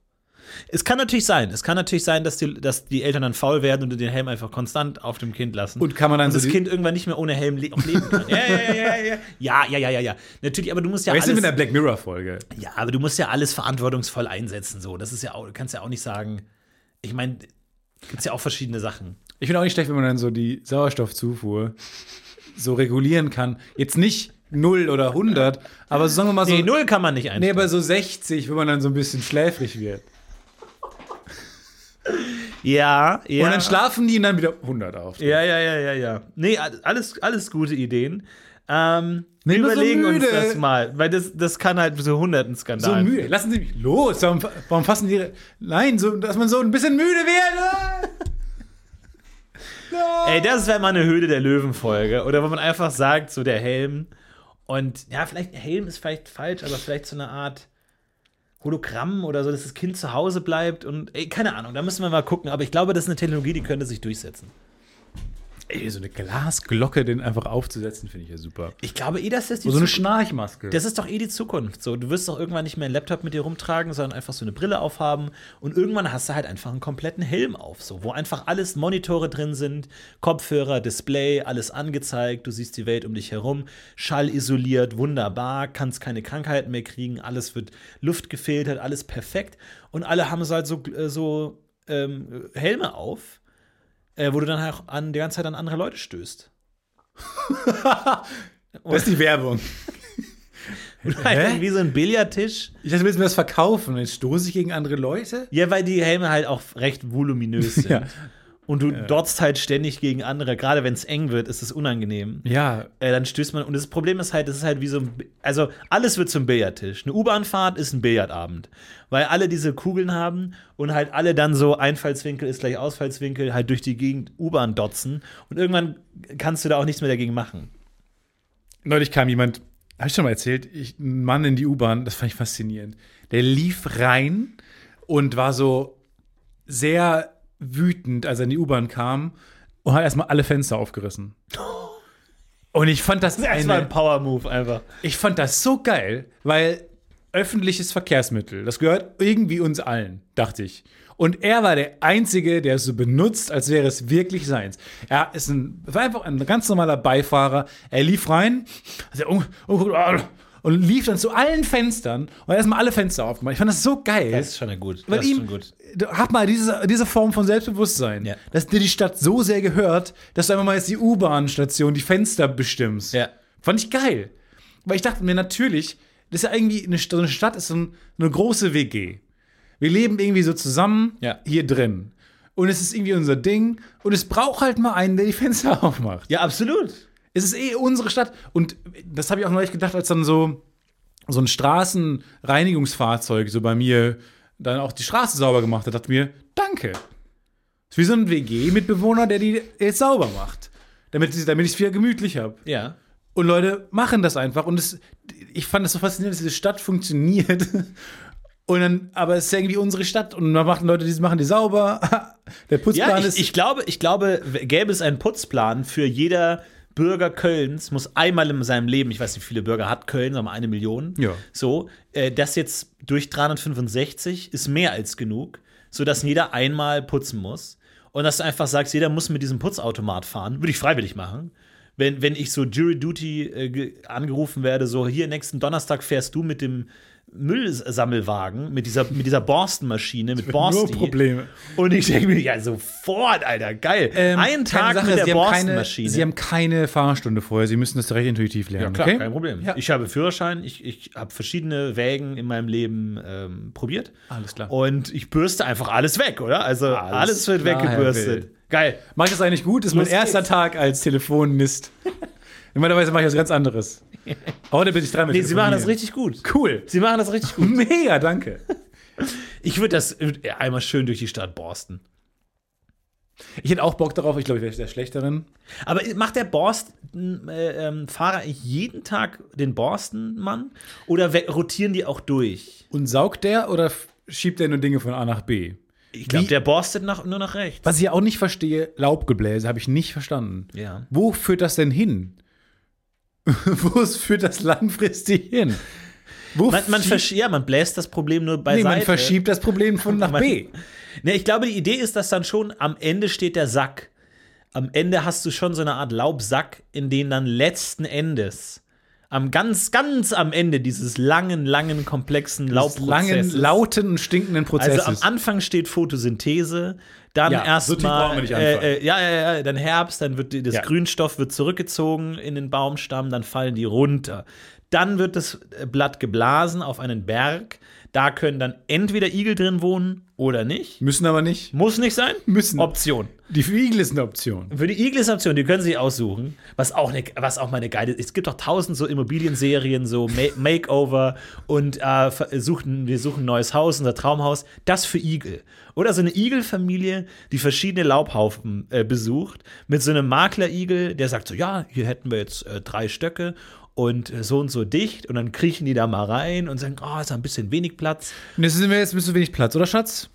Speaker 1: Es kann natürlich sein, es kann natürlich sein, dass die, dass die Eltern dann faul werden und den Helm einfach konstant auf dem Kind lassen.
Speaker 2: Und kann man dann
Speaker 1: und
Speaker 2: so
Speaker 1: das
Speaker 2: die-
Speaker 1: Kind irgendwann nicht mehr ohne Helm le auch leben kann. Ja, ja, ja, ja, ja, ja, ja, ja, ja, ja. Natürlich, aber du musst ja
Speaker 2: Weißt du,
Speaker 1: alles,
Speaker 2: mit der Black Mirror-Folge.
Speaker 1: ja, aber du musst ja alles verantwortungsvoll einsetzen. So, das ist ja auch, du kannst ja auch nicht sagen. Ich meine, gibt's ja auch verschiedene Sachen.
Speaker 2: Ich finde auch nicht schlecht, wenn man dann so die Sauerstoffzufuhr so regulieren kann. Jetzt nicht 0 oder 100, aber so sagen wir mal so.
Speaker 1: Nee, E null kann man nicht
Speaker 2: nee,
Speaker 1: einstellen.
Speaker 2: aber so 60, wenn man dann so ein bisschen schläfrig wird.
Speaker 1: ja, ja.
Speaker 2: Und dann schlafen die und dann wieder 100 auf.
Speaker 1: Ja, ja, ja, ja, ja. Nee, al- alles, alles gute Ideen. Ähm, wir
Speaker 2: nur so
Speaker 1: überlegen uns
Speaker 2: müde.
Speaker 1: das mal, weil das, das kann halt so hunderten
Speaker 2: So
Speaker 1: Skandal.
Speaker 2: müde. Lassen Sie mich los. Warum, warum fassen die. Nein, so, dass man so ein bisschen müde wird. Ah!
Speaker 1: Ey, das wäre mal eine Höhle der Löwen-Folge. Oder wo man einfach sagt, so der Helm. Und ja, vielleicht, Helm ist vielleicht falsch, aber vielleicht so eine Art Hologramm oder so, dass das Kind zu Hause bleibt. Und ey, keine Ahnung, da müssen wir mal gucken. Aber ich glaube, das ist eine Technologie, die könnte sich durchsetzen.
Speaker 2: Ey, so eine Glasglocke, den einfach aufzusetzen, finde ich ja super.
Speaker 1: Ich glaube eh, dass das die
Speaker 2: So eine
Speaker 1: Zukunft-
Speaker 2: Schnarchmaske.
Speaker 1: Das ist doch eh die Zukunft. So, du wirst doch irgendwann nicht mehr einen Laptop mit dir rumtragen, sondern einfach so eine Brille aufhaben und irgendwann hast du halt einfach einen kompletten Helm auf, so wo einfach alles Monitore drin sind, Kopfhörer, Display, alles angezeigt, du siehst die Welt um dich herum, schallisoliert, wunderbar, kannst keine Krankheiten mehr kriegen, alles wird Luft gefiltert, alles perfekt und alle haben so halt so, äh, so ähm, Helme auf, äh, wo du dann halt auch an, die ganze Zeit an andere Leute stößt.
Speaker 2: Das ist die Werbung.
Speaker 1: Und halt wie so ein Billardtisch.
Speaker 2: Ich dachte, willst du mir das verkaufen? Jetzt stoße ich gegen andere Leute?
Speaker 1: Ja, weil die Helme halt auch recht voluminös sind.
Speaker 2: Ja.
Speaker 1: Und du dotzt halt ständig gegen andere. Gerade wenn es eng wird, ist es unangenehm.
Speaker 2: Ja.
Speaker 1: Äh, dann stößt man. Und das Problem ist halt, das ist halt wie so ein. Bi- Also alles wird zum Billardtisch. Eine U-Bahnfahrt ist ein Billardabend. Weil alle diese Kugeln haben und halt alle dann so Einfallswinkel ist gleich Ausfallswinkel halt durch die Gegend U-Bahn dotzen. Und irgendwann kannst du da auch nichts mehr dagegen machen.
Speaker 2: Neulich kam jemand, habe ich schon mal erzählt, ich, ein Mann in die U-Bahn, das fand ich faszinierend. Der lief rein und war so sehr wütend, als er in die U-Bahn kam und hat erstmal alle Fenster aufgerissen. Und ich fand das,
Speaker 1: Das war
Speaker 2: eine,
Speaker 1: ein Power-Move einfach.
Speaker 2: ich fand das so geil, weil öffentliches Verkehrsmittel, das gehört irgendwie uns allen, dachte ich. Und er war der Einzige, der es so benutzt, als wäre es wirklich seins. Er ist ein, war einfach ein ganz normaler Beifahrer. Er lief rein also um, um, und lief dann zu allen Fenstern und hat erstmal alle Fenster aufgemacht. Ich fand das so geil.
Speaker 1: Das ist schon eine gut.
Speaker 2: Weil
Speaker 1: Das ist
Speaker 2: ihm,
Speaker 1: schon gut.
Speaker 2: hab mal diese, diese Form von Selbstbewusstsein,
Speaker 1: Ja.
Speaker 2: dass dir die Stadt so sehr gehört, dass du einfach mal jetzt die U-Bahn-Station, die Fenster bestimmst.
Speaker 1: Ja.
Speaker 2: Fand ich geil. Weil ich dachte mir natürlich, das ist ja irgendwie, eine, St- so eine Stadt ist so ein, eine große WG. Wir leben irgendwie so zusammen
Speaker 1: Ja.
Speaker 2: hier drin. Und es ist irgendwie unser Ding. Und es braucht halt mal einen, der die Fenster aufmacht.
Speaker 1: Ja, absolut.
Speaker 2: Es ist eh unsere Stadt. Und das habe ich auch neulich gedacht, als dann so, so ein Straßenreinigungsfahrzeug so bei mir dann auch die Straße sauber gemacht hat, dachte mir, danke. Ist wie so ein WG-Mitbewohner, der die jetzt sauber macht. Damit, damit ich es wieder gemütlich habe.
Speaker 1: Ja.
Speaker 2: Und Leute machen das einfach. Und es, ich fand das so faszinierend, dass diese Stadt funktioniert. Und dann, aber es ist ja irgendwie unsere Stadt und man macht Leute, die machen die sauber. Der
Speaker 1: Ja,
Speaker 2: Putzplan
Speaker 1: ich,
Speaker 2: ist.
Speaker 1: ich glaube, ich glaube, w- gäbe es einen Putzplan für jeder Bürger Kölns, muss einmal in seinem Leben, ich weiß nicht, wie viele Bürger hat Köln, sagen wir eine Million,
Speaker 2: Ja.
Speaker 1: so, äh, das jetzt durch 365 ist mehr als genug, sodass jeder einmal putzen muss. Und dass du einfach sagst, jeder muss mit diesem Putzautomat fahren, würde ich freiwillig machen. wenn, wenn ich so Jury Duty äh, ge- angerufen werde, so hier nächsten Donnerstag fährst du mit dem Müllsammelwagen, mit dieser, mit dieser Borstenmaschine, mit Borsti.
Speaker 2: Nur Probleme.
Speaker 1: Und ich denke mir, ja, sofort, Alter, geil.
Speaker 2: Ähm,
Speaker 1: Einen Tag
Speaker 2: keine Sache,
Speaker 1: mit der
Speaker 2: Sie haben keine-
Speaker 1: Borstenmaschine.
Speaker 2: Sie haben keine Fahrstunde vorher, Sie müssen das direkt intuitiv lernen.
Speaker 1: Ja, klar,
Speaker 2: okay?
Speaker 1: kein Problem.
Speaker 2: Ja.
Speaker 1: Ich habe Führerschein, ich, ich habe verschiedene Wägen in meinem Leben ähm, probiert.
Speaker 2: Alles klar.
Speaker 1: Und ich bürste einfach alles weg, oder? Also alles,
Speaker 2: Alles
Speaker 1: wird
Speaker 2: klar, Herr
Speaker 1: weggebürstet.
Speaker 2: Wild.
Speaker 1: Geil.
Speaker 2: Mach ich das eigentlich gut? Das ist mein
Speaker 1: Los
Speaker 2: erster
Speaker 1: geht's.
Speaker 2: Tag als Telefonist. Normalerweise mache ich was ganz anderes. Heute bin ich dran mit
Speaker 1: Nee, sie machen das
Speaker 2: Telefonieren.
Speaker 1: richtig gut.
Speaker 2: Cool.
Speaker 1: Sie machen das richtig gut.
Speaker 2: Mega, danke.
Speaker 1: Ich würde das äh, einmal schön durch die Stadt borsten.
Speaker 2: Ich hätte auch Bock darauf, ich glaube, ich wäre der Schlechterin.
Speaker 1: Aber macht der äh, Borstenfahrer ähm, jeden Tag den Borstenmann? Oder we- rotieren die auch durch?
Speaker 2: Und saugt der oder f- schiebt der nur Dinge von A nach B?
Speaker 1: Ich glaube,
Speaker 2: Wie-
Speaker 1: der borstet nach, nur nach rechts.
Speaker 2: Was ich ja auch nicht verstehe, Laubgebläse habe ich nicht verstanden.
Speaker 1: Ja.
Speaker 2: Wo führt das denn hin? Wo es führt das langfristig hin? Wo
Speaker 1: Man, man,
Speaker 2: schie-
Speaker 1: versch- ja, man bläst das Problem nur
Speaker 2: nee,
Speaker 1: beiseite.
Speaker 2: man verschiebt das Problem von nach
Speaker 1: Man-
Speaker 2: B.
Speaker 1: Ne, ich glaube, die Idee ist, dass dann schon am Ende steht der Sack. Am Ende hast du schon so eine Art Laubsack, in den dann letzten Endes, am ganz, ganz am Ende dieses langen, langen, komplexen
Speaker 2: Des langen,
Speaker 1: Laubprozesses.
Speaker 2: lauten und stinkenden
Speaker 1: also
Speaker 2: Prozesses.
Speaker 1: am Anfang steht Photosynthese, dann
Speaker 2: Ja, so tief
Speaker 1: erstmal
Speaker 2: brauchen wir nicht anfangen.
Speaker 1: äh, äh, ja, ja, ja, dann Herbst, dann wird die- das
Speaker 2: Ja.
Speaker 1: Grünstoff wird zurückgezogen in den Baumstamm, dann fallen die runter. Dann wird das äh, Blatt geblasen auf einen Berg. Da können dann entweder Igel drin wohnen oder nicht.
Speaker 2: Müssen aber nicht.
Speaker 1: Muss nicht sein?
Speaker 2: Müssen.
Speaker 1: Option.
Speaker 2: Die Igel ist eine Option.
Speaker 1: Für die Igel ist eine Option, die können sie sich aussuchen. Was auch, ne, was auch mal eine geile Es gibt doch tausend so Immobilienserien, so Ma Makeover und äh, ver- suchen, wir suchen ein neues Haus, unser Traumhaus. Das für Igel. Oder so eine Igelfamilie, die verschiedene Laubhaufen äh, besucht, mit so einem Maklerigel, der sagt so: Ja, hier hätten wir jetzt äh, drei Stöcke. Und äh, so und so dicht, und dann kriechen die da mal rein und sagen: Oh, ist da ein bisschen wenig Platz.
Speaker 2: Und jetzt sind wir jetzt ein bisschen wenig Platz, oder Schatz?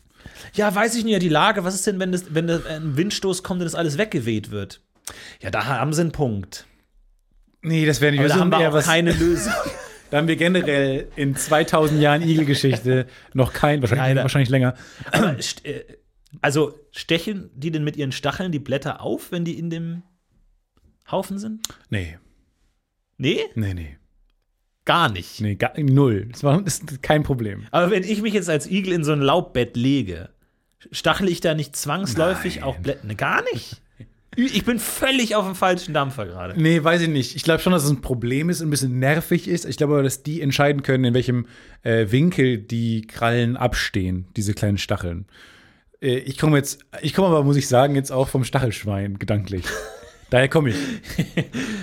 Speaker 1: Ja, weiß ich nicht, ja, die Lage. Was ist denn, wenn, das, wenn das, ein Windstoß kommt und das alles weggeweht wird? Ja, da haben sie einen Punkt.
Speaker 2: Nee, das wäre nicht.
Speaker 1: Aber da
Speaker 2: wir
Speaker 1: haben
Speaker 2: sind
Speaker 1: wir
Speaker 2: eher
Speaker 1: auch keine Lösung.
Speaker 2: Da haben wir generell in 2000 Jahren Igelgeschichte noch kein, wahrscheinlich,
Speaker 1: Leider.
Speaker 2: wahrscheinlich länger.
Speaker 1: Aber st- äh, also stechen die denn mit ihren Stacheln die Blätter auf, wenn die in dem Haufen sind?
Speaker 2: Nee,
Speaker 1: Nee,
Speaker 2: nee, nee.
Speaker 1: gar nicht.
Speaker 2: Nee, gar, null. Das, war, das ist kein Problem.
Speaker 1: Aber wenn ich mich jetzt als Igel in so ein Laubbett lege, stachel ich da nicht zwangsläufig
Speaker 2: Nein.
Speaker 1: auch Blätter? Ne, gar nicht. Ich bin völlig auf dem falschen Dampfer gerade.
Speaker 2: Nee, weiß ich nicht. Ich glaube schon, dass es ein Problem ist, ein bisschen nervig ist. Ich glaube aber, dass die entscheiden können, in welchem äh, Winkel die Krallen abstehen, diese kleinen Stacheln. Äh, ich komme jetzt, ich komme aber, muss ich sagen, jetzt auch vom Stachelschwein, gedanklich. Daher komme ich.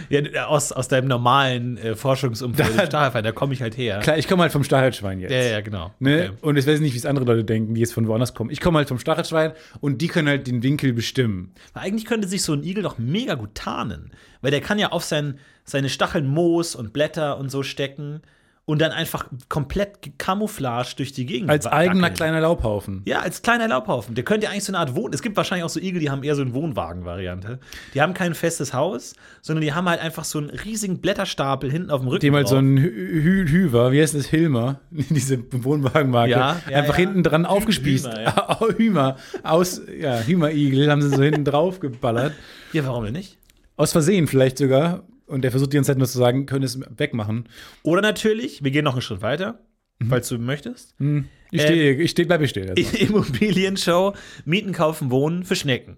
Speaker 1: Ja, aus, aus deinem normalen äh, Forschungsumfeld,
Speaker 2: Da-
Speaker 1: im Stachelfeld, da komme ich halt her.
Speaker 2: Klar, ich komme halt vom Stachelschwein jetzt.
Speaker 1: Ja, ja, genau.
Speaker 2: Ne?
Speaker 1: Okay.
Speaker 2: Und ich weiß nicht, wie es andere Leute denken, die jetzt von woanders kommen. Ich komme halt vom Stachelschwein und die können halt den Winkel bestimmen.
Speaker 1: Weil eigentlich könnte sich so ein Igel doch mega gut tarnen. Weil der kann ja auf sein, seine Stacheln Moos und Blätter und so stecken und dann einfach komplett gekamouflaged durch die Gegend.
Speaker 2: Als
Speaker 1: wa-
Speaker 2: eigener
Speaker 1: dackeln.
Speaker 2: kleiner Laubhaufen.
Speaker 1: Ja, als kleiner Laubhaufen. Der könnte ja eigentlich so eine Art Wohn. Es gibt wahrscheinlich auch so Igel, die haben eher so eine Wohnwagen-Variante. Die haben kein festes Haus, sondern die haben halt einfach so einen riesigen Blätterstapel hinten auf dem Rücken.
Speaker 2: Dem halt so
Speaker 1: drauf.
Speaker 2: ein Hü Hü Hüver, wie heißt das, Hilmer, diese Wohnwagenmarke,
Speaker 1: Ja, ja,
Speaker 2: einfach
Speaker 1: ja.
Speaker 2: hinten dran aufgespießt.
Speaker 1: Hümer,
Speaker 2: Hümer, aus, ja, Hümer-Igel haben sie so hinten drauf geballert.
Speaker 1: Ja, warum denn nicht?
Speaker 2: Aus Versehen vielleicht sogar. Und der versucht die ganze Zeit nur zu sagen, können es wegmachen.
Speaker 1: Oder natürlich, wir gehen noch einen Schritt weiter,
Speaker 2: Mhm.
Speaker 1: falls du möchtest.
Speaker 2: Ich
Speaker 1: Ähm,
Speaker 2: stehe, ich stehe, bleib ich stehen. Also.
Speaker 1: Immobilienshow, Mieten kaufen, wohnen für Schnecken.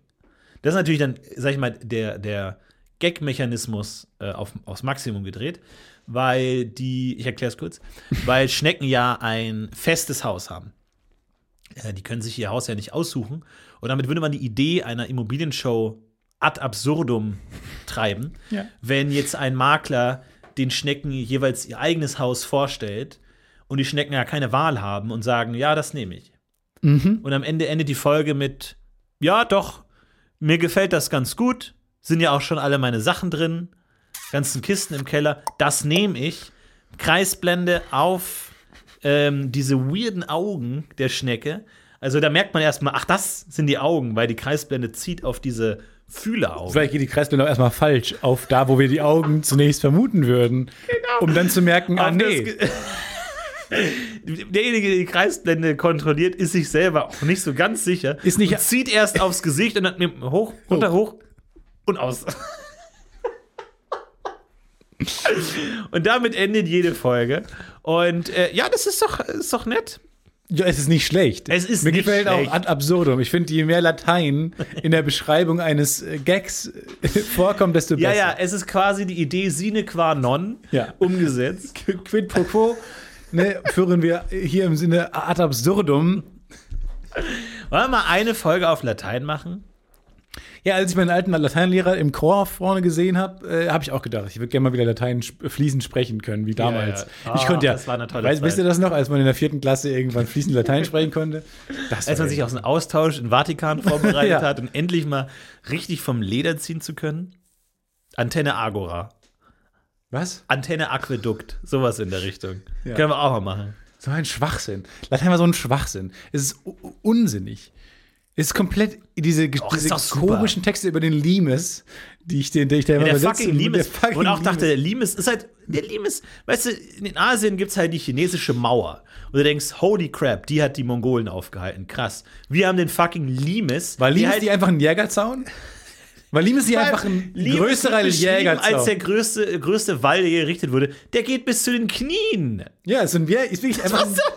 Speaker 1: Das ist natürlich dann, sag ich mal, der, der Gag-Mechanismus äh, auf, aufs Maximum gedreht, weil die, ich erkläre es kurz, weil Schnecken ja ein festes Haus haben. Äh, die können sich ihr Haus ja nicht aussuchen. Und damit würde man die Idee einer Immobilienshow ad absurdum treiben,
Speaker 2: Ja.
Speaker 1: wenn jetzt ein Makler den Schnecken jeweils ihr eigenes Haus vorstellt und die Schnecken ja keine Wahl haben und sagen, ja, das nehme ich. Und am Ende endet die Folge mit, ja, doch, mir gefällt das ganz gut, sind ja auch schon alle meine Sachen drin, ganzen Kisten im Keller, das nehme ich. Kreisblende auf ähm, diese weirden Augen der Schnecke. Also da merkt man erstmal, ach, das sind die Augen, weil die Kreisblende zieht auf diese Fühleraugen.
Speaker 2: um
Speaker 1: Auf das
Speaker 2: ah, nee,
Speaker 1: Ge- Derjenige, der die Kreisblende kontrolliert, ist sich selber auch nicht so ganz sicher.
Speaker 2: Ist nicht-
Speaker 1: und zieht erst aufs Gesicht und dann nimmt hoch, runter, hoch und aus. Und damit endet jede Folge. Und äh, ja, das ist doch, ist doch nett.
Speaker 2: Ja, es ist nicht schlecht.
Speaker 1: Es ist
Speaker 2: Mir
Speaker 1: nicht
Speaker 2: gefällt
Speaker 1: schlecht.
Speaker 2: auch ad absurdum. Ich finde, je mehr Latein in der Beschreibung eines äh, Gags äh, vorkommt, desto
Speaker 1: Ja,
Speaker 2: besser.
Speaker 1: ja, es ist quasi die Idee sine qua non
Speaker 2: Ja.
Speaker 1: umgesetzt.
Speaker 2: Quid pro quo ne, führen wir hier im Sinne ad absurdum.
Speaker 1: Wollen wir mal eine Folge auf Latein machen?
Speaker 2: Ja, als ich meinen alten Lateinlehrer im Chor vorne gesehen habe, äh, habe ich auch gedacht, ich würde gerne mal wieder Latein sp äh, fließend sprechen können, wie damals.
Speaker 1: ja.
Speaker 2: Ich
Speaker 1: Ah,
Speaker 2: konnte ja.
Speaker 1: das war eine tolle
Speaker 2: weißt,
Speaker 1: Zeit.
Speaker 2: Wisst ihr das noch, als man in der vierten Klasse irgendwann fließend Latein sprechen konnte? Das
Speaker 1: Als
Speaker 2: war
Speaker 1: man sich
Speaker 2: ja-
Speaker 1: auf einen Austausch in Vatikan vorbereitet
Speaker 2: Ja.
Speaker 1: hat und endlich mal richtig vom Leder ziehen zu können. Antenne Agora.
Speaker 2: Was?
Speaker 1: Antenne Aquädukt. Sowas in der Richtung.
Speaker 2: Ja.
Speaker 1: Können wir auch mal machen.
Speaker 2: So ein Schwachsinn. Latein war so ein Schwachsinn. Es ist u- u- unsinnig. Es ist komplett diese,
Speaker 1: Och, ist
Speaker 2: diese
Speaker 1: doch super.
Speaker 2: komischen Texte über den Limes, die ich, den, die ich da immer
Speaker 1: Ja, der
Speaker 2: übersetze,
Speaker 1: fucking
Speaker 2: der
Speaker 1: Limes.
Speaker 2: fucking
Speaker 1: Und auch
Speaker 2: Limes.
Speaker 1: dachte, der Limes ist halt, der Limes, weißt du, in Asien gibt es halt die chinesische Mauer. Und du denkst, holy crap, die hat die Mongolen aufgehalten. Krass. Wir haben den fucking Limes.
Speaker 2: War
Speaker 1: die
Speaker 2: Limes
Speaker 1: halt-
Speaker 2: die einfach ein Jägerzaun? War Limes die einfach ein
Speaker 1: Limes
Speaker 2: größerer
Speaker 1: wird beschrieben
Speaker 2: Jägerzaun?
Speaker 1: Als der größte, größte Wall, der hier gerichtet wurde, der geht bis zu den Knien.
Speaker 2: ja, es ist, ein, Jä- ist wirklich einfach
Speaker 1: Was
Speaker 2: ein,
Speaker 1: soll das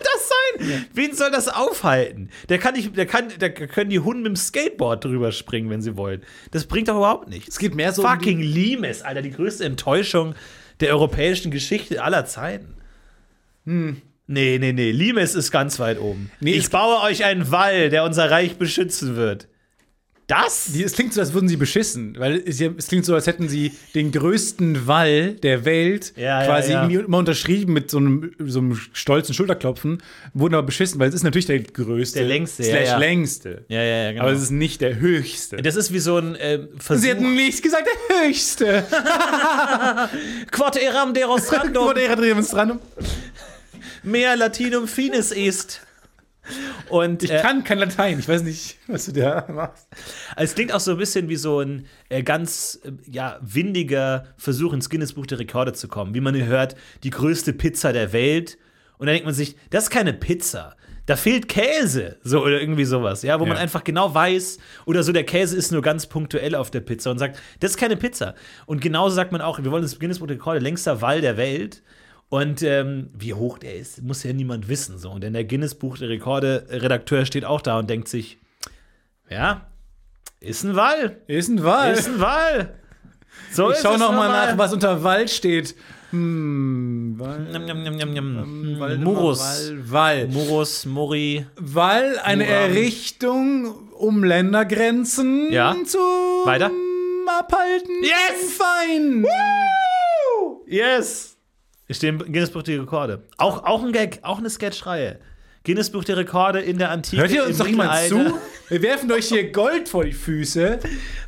Speaker 1: sein? Wen soll das aufhalten? Der kann nicht, der kann, da können die Hunde mit dem Skateboard drüber springen, wenn sie wollen. Das bringt doch überhaupt nichts.
Speaker 2: Es geht mehr so um die-
Speaker 1: Fucking Limes, Alter, die größte Enttäuschung der europäischen Geschichte aller Zeiten. Hm. Nee, nee, nee. Limes ist ganz weit oben.
Speaker 2: Hm. Nee,
Speaker 1: ich
Speaker 2: es-
Speaker 1: baue euch einen Wall, der unser Reich beschützen wird. Das?
Speaker 2: Die- Es klingt so, als würden sie beschissen, weil es, ja- es klingt so, als hätten sie den größten Wall der Welt
Speaker 1: Ja, ja,
Speaker 2: quasi
Speaker 1: ja.
Speaker 2: irgendwie immer unterschrieben mit so einem, so einem stolzen Schulterklopfen, wurden aber beschissen, weil es ist natürlich der größte,
Speaker 1: Der längste, ja,
Speaker 2: slash
Speaker 1: ja.
Speaker 2: längste.
Speaker 1: ja, ja, ja, genau.
Speaker 2: Aber es ist nicht der höchste.
Speaker 1: das ist wie so ein äh, Versuch.
Speaker 2: sie hätten nicht gesagt, der höchste.
Speaker 1: Quod eram demonstrandum.
Speaker 2: Modera Demonstrandum. e-
Speaker 1: mehr Latinum finis est. Und
Speaker 2: Ich
Speaker 1: äh,
Speaker 2: kann kein Latein, ich weiß nicht, was du da machst.
Speaker 1: Also, es klingt auch so ein bisschen wie so ein äh, ganz äh, ja, windiger Versuch, ins Guinness-Buch der Rekorde zu kommen. Wie man hier hört, die größte Pizza der Welt. Und dann denkt man sich, das ist keine Pizza. Da fehlt Käse, so oder irgendwie sowas, ja, wo man
Speaker 2: Ja.
Speaker 1: einfach genau weiß, oder so, der Käse ist nur ganz punktuell auf der Pizza und sagt, das ist keine Pizza. Und genauso sagt man auch, wir wollen das Guinness-Buch der Rekorde, längster Wall der Welt. Und ähm, wie hoch der ist, muss ja niemand wissen. So. Und dann der Guinness-Buch der Rekorde-Redakteur steht auch da und denkt sich, ja, ist ein Wall.
Speaker 2: Ist ein Wall.
Speaker 1: Ist ein Wall. So
Speaker 2: ich
Speaker 1: ist
Speaker 2: schau
Speaker 1: es
Speaker 2: noch mal
Speaker 1: normal.
Speaker 2: nach, was unter Wall steht. Hm, Wall.
Speaker 1: Njam, njam, njam, njam.
Speaker 2: Wall-
Speaker 1: Murus.
Speaker 2: Wall. Wall.
Speaker 1: Murus, Muri.
Speaker 2: Weil eine
Speaker 1: Muram.
Speaker 2: Errichtung, um Ländergrenzen
Speaker 1: Ja.
Speaker 2: zu
Speaker 1: Weiter.
Speaker 2: abhalten.
Speaker 1: Yes!
Speaker 2: Fein!
Speaker 1: Yes! Ich stehe im Guinness Buch der Rekorde. Auch, auch ein Gag, auch eine Sketchreihe. Guinness Buch der Rekorde in der Antike.
Speaker 2: Hört ihr uns
Speaker 1: im
Speaker 2: doch jemand
Speaker 1: Mittelalter.
Speaker 2: zu? Wir werfen euch hier Gold vor die Füße.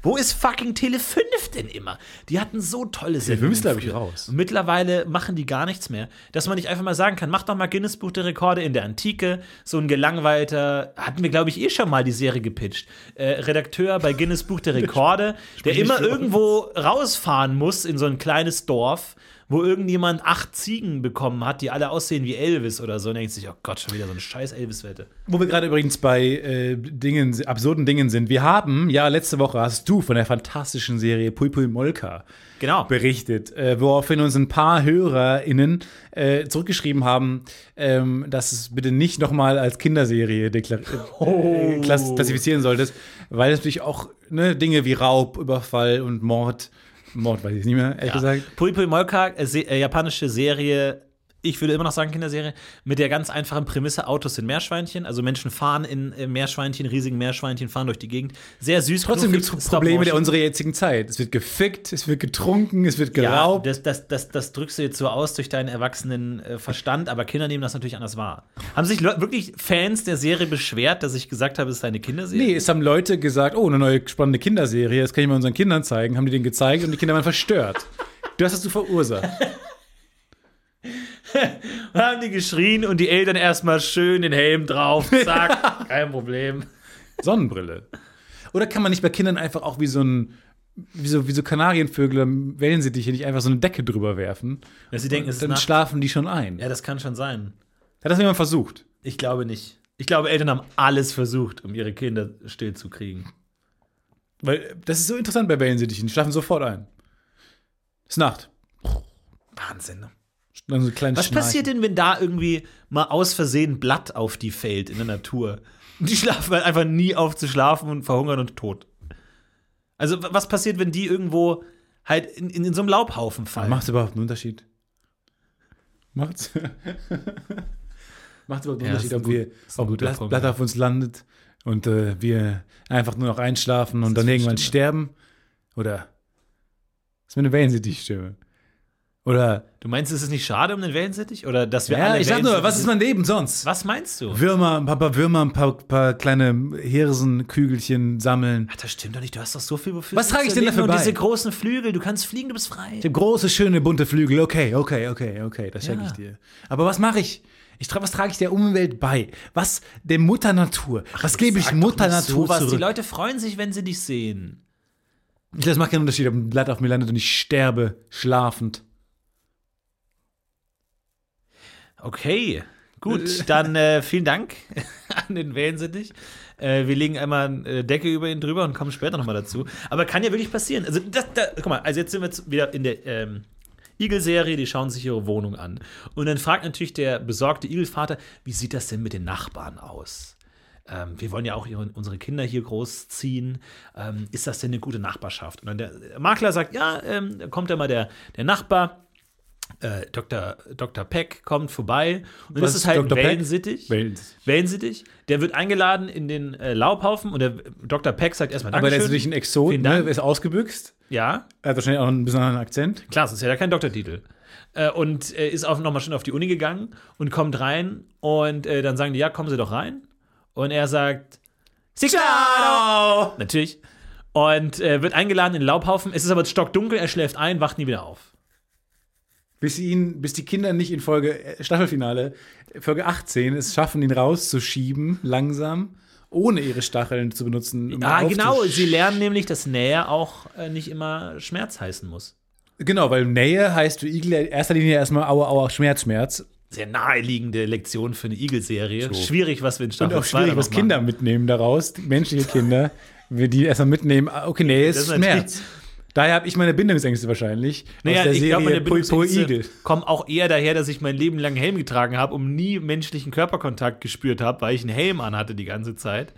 Speaker 1: Wo ist fucking Tele 5 denn immer? Die hatten so tolle Sendungen.
Speaker 2: ist, glaub ich,
Speaker 1: früher.
Speaker 2: raus.
Speaker 1: Und mittlerweile machen die gar nichts mehr. Dass man nicht einfach mal sagen kann, mach doch mal Guinness Buch der Rekorde in der Antike. So ein gelangweilter, hatten wir, glaube ich, eh schon mal die Serie gepitcht. Äh, Redakteur bei Guinness Buch der Rekorde, der immer irgendwo rausfahren muss in so ein kleines Dorf. Wo irgendjemand acht Ziegen bekommen hat, die alle aussehen wie Elvis oder so, und denkt sich, oh Gott, schon wieder so eine scheiß Elvis-Wette.
Speaker 2: Wo wir gerade übrigens bei äh, Dingen, absurden Dingen sind. Wir haben, ja, letzte Woche hast du von der fantastischen Serie Pui Pui Molka
Speaker 1: Genau.
Speaker 2: berichtet, äh, woraufhin uns ein paar HörerInnen äh, zurückgeschrieben haben, ähm, dass es bitte nicht nochmal als Kinderserie deklar- äh, klass klassifizieren solltest, weil es natürlich auch ne, Dinge wie Raub, Überfall und Mord, Mord weiß ich nicht mehr, ehrlich gesagt.
Speaker 1: Pui Pui Ah, Molka, äh, se äh, japanische Serie, ich würde immer noch sagen Kinderserie, mit der ganz einfachen Prämisse, Autos sind Meerschweinchen, also Menschen fahren in äh, Meerschweinchen, riesigen Meerschweinchen, fahren durch die Gegend. Sehr süß.
Speaker 2: Trotzdem gibt
Speaker 1: knuffig,
Speaker 2: es
Speaker 1: Stop
Speaker 2: Probleme der
Speaker 1: Motion.
Speaker 2: unserer jetzigen Zeit. Es wird gefickt, es wird getrunken, es wird
Speaker 1: ja,
Speaker 2: geraubt.
Speaker 1: das, das, das, das drückst du jetzt so aus durch deinen erwachsenen äh, Verstand, aber Kinder nehmen das natürlich anders wahr. Haben sich Leu- wirklich Fans der Serie beschwert, dass ich gesagt habe, es sei eine Kinderserie?
Speaker 2: Nee, es haben Leute gesagt, oh, eine neue spannende Kinderserie, das kann ich mal unseren Kindern zeigen, haben die denen gezeigt und die Kinder waren verstört. Das hast du verursacht.
Speaker 1: Haben die geschrien und die Eltern erstmal schön den Helm drauf, zack, kein Problem.
Speaker 2: Sonnenbrille. Oder kann man nicht bei Kindern einfach auch wie so ein, wie so, wie so Kanarienvögel, am Wellensittich, nicht einfach so eine Decke drüber werfen?
Speaker 1: Dass sie denken, es ist
Speaker 2: dann
Speaker 1: Nacht.
Speaker 2: schlafen die schon ein.
Speaker 1: Ja, das kann schon sein.
Speaker 2: Hat das jemand versucht?
Speaker 1: Ich glaube nicht. Ich glaube, Eltern haben alles versucht, um ihre Kinder still zu kriegen.
Speaker 2: Weil äh, das ist so interessant bei Wellensittichen, die schlafen sofort ein. Es ist Nacht.
Speaker 1: Wahnsinn. Ne?
Speaker 2: Dann so kleine
Speaker 1: Was passiert denn, wenn da irgendwie mal aus Versehen Blatt auf die fällt in der Natur? Die schlafen halt einfach nie auf zu schlafen und verhungern und tot. Also, w- was passiert, wenn die irgendwo halt in, in, in so einem Laubhaufen fallen?
Speaker 2: Macht überhaupt einen Unterschied? Macht's? Macht's überhaupt einen
Speaker 1: Ja, ist
Speaker 2: Unterschied,
Speaker 1: ein
Speaker 2: ob
Speaker 1: gut-
Speaker 2: wir
Speaker 1: ist ein
Speaker 2: ob
Speaker 1: guter
Speaker 2: Blatt,
Speaker 1: Punkt,
Speaker 2: Blatt
Speaker 1: ja.
Speaker 2: auf uns landet und äh, wir einfach nur noch einschlafen
Speaker 1: das
Speaker 2: und
Speaker 1: für
Speaker 2: dann
Speaker 1: eine
Speaker 2: irgendwann
Speaker 1: Stimme?
Speaker 2: sterben? Oder ist mir eine Wellensittich-Stimme? Oder
Speaker 1: Du meinst, ist es nicht schade um den Wellensittich? Oder dass wir
Speaker 2: ja,
Speaker 1: alle
Speaker 2: ich sag nur,
Speaker 1: Wellensittich-
Speaker 2: was ist mein Leben sonst?
Speaker 1: Was meinst du?
Speaker 2: Würmer, ein paar Würmer, ein paar, paar kleine Hirsenkügelchen sammeln.
Speaker 1: Ach, das stimmt doch nicht. Du hast doch so viel wofür.
Speaker 2: Was
Speaker 1: du
Speaker 2: trage ich denn
Speaker 1: zu leben
Speaker 2: dafür
Speaker 1: und
Speaker 2: bei?
Speaker 1: diese großen Flügel. Du kannst fliegen, du bist frei.
Speaker 2: Ich habe große, schöne, bunte Flügel. Okay, okay, okay, okay, das schenke
Speaker 1: Ja.
Speaker 2: ich dir. Aber was mache ich? ich tra was trage ich der Umwelt bei? Was der Mutter Natur? was gebe ich
Speaker 1: Sag doch
Speaker 2: Mutter
Speaker 1: nicht
Speaker 2: Natur
Speaker 1: sowas. Die
Speaker 2: zurück?
Speaker 1: Leute freuen sich, wenn sie dich sehen.
Speaker 2: Das macht keinen Unterschied, ob ein Blatt auf mir landet und ich sterbe schlafend.
Speaker 1: Okay, gut. Dann äh, vielen Dank an den Wellensittich. Äh, wir legen einmal eine Decke über ihn drüber und kommen später nochmal dazu. Aber kann ja wirklich passieren. Also, das, da, guck mal, also jetzt sind wir jetzt wieder in der ähm, Igel-Serie, die schauen sich ihre Wohnung an. Und dann fragt natürlich der besorgte Igelvater, wie sieht das denn mit den Nachbarn aus? Ähm, wir wollen ja auch ihre, unsere Kinder hier großziehen. Ähm, ist das denn eine gute Nachbarschaft? Und dann der Makler sagt, ja, ähm, da kommt ja mal der, der Nachbar, äh, Dr. Dr. Peck kommt vorbei. Und
Speaker 2: Was
Speaker 1: das ist
Speaker 2: ist
Speaker 1: halt ein
Speaker 2: Dr. Peck?
Speaker 1: Wellensittich.
Speaker 2: Wellens.
Speaker 1: Wellensittich. Der wird eingeladen in den äh, Laubhaufen und der Dr. Peck sagt erstmal
Speaker 2: Aber
Speaker 1: Dankeschön.
Speaker 2: der ist natürlich ein Exot,
Speaker 1: Vielen
Speaker 2: ne?
Speaker 1: Dank.
Speaker 2: ist ausgebüxt.
Speaker 1: ja,
Speaker 2: Er hat wahrscheinlich auch ein bisschen einen Akzent.
Speaker 1: klar, sonst hätte er keinen Doktortitel. Äh, und äh, ist auch nochmal schnell auf die Uni gegangen und kommt rein. Und äh, dann sagen die, ja, kommen Sie doch rein. Und er sagt, "Sie klar."
Speaker 2: Ciao!
Speaker 1: Natürlich. Und äh, wird eingeladen in den Laubhaufen. Es ist aber stockdunkel, er schläft ein, wacht nie wieder auf.
Speaker 2: Bis, ihn, bis die Kinder nicht in Folge äh, Staffelfinale, Folge 18, es schaffen, ihn rauszuschieben, langsam, ohne ihre Stacheln zu benutzen. um ihn
Speaker 1: Ah, genau.
Speaker 2: aufzusch-
Speaker 1: Sie lernen nämlich, dass Nähe auch äh, nicht immer Schmerz heißen muss.
Speaker 2: Genau, weil Nähe heißt für Igel in erster Linie erstmal Aua, Aua, Schmerz, Schmerz.
Speaker 1: Sehr naheliegende Lektion für eine Igel-Serie.
Speaker 2: So.
Speaker 1: Schwierig, was wir in
Speaker 2: Und
Speaker 1: Staffel
Speaker 2: auch
Speaker 1: 2
Speaker 2: schwierig,
Speaker 1: noch
Speaker 2: was
Speaker 1: machen.
Speaker 2: Kinder mitnehmen daraus, die menschliche Kinder, wir die erstmal mitnehmen. Ah, Okay, Nähe ist,
Speaker 1: Das ist
Speaker 2: Schmerz. Daher habe ich meine Bindungsängste wahrscheinlich.
Speaker 1: Naja, ich glaube, meine
Speaker 2: Pui Pui
Speaker 1: Bindungsängste
Speaker 2: Igel.
Speaker 1: kommen auch eher daher, dass ich mein Leben lang Helm getragen habe und nie menschlichen Körperkontakt gespürt habe, weil ich einen Helm anhatte die ganze Zeit.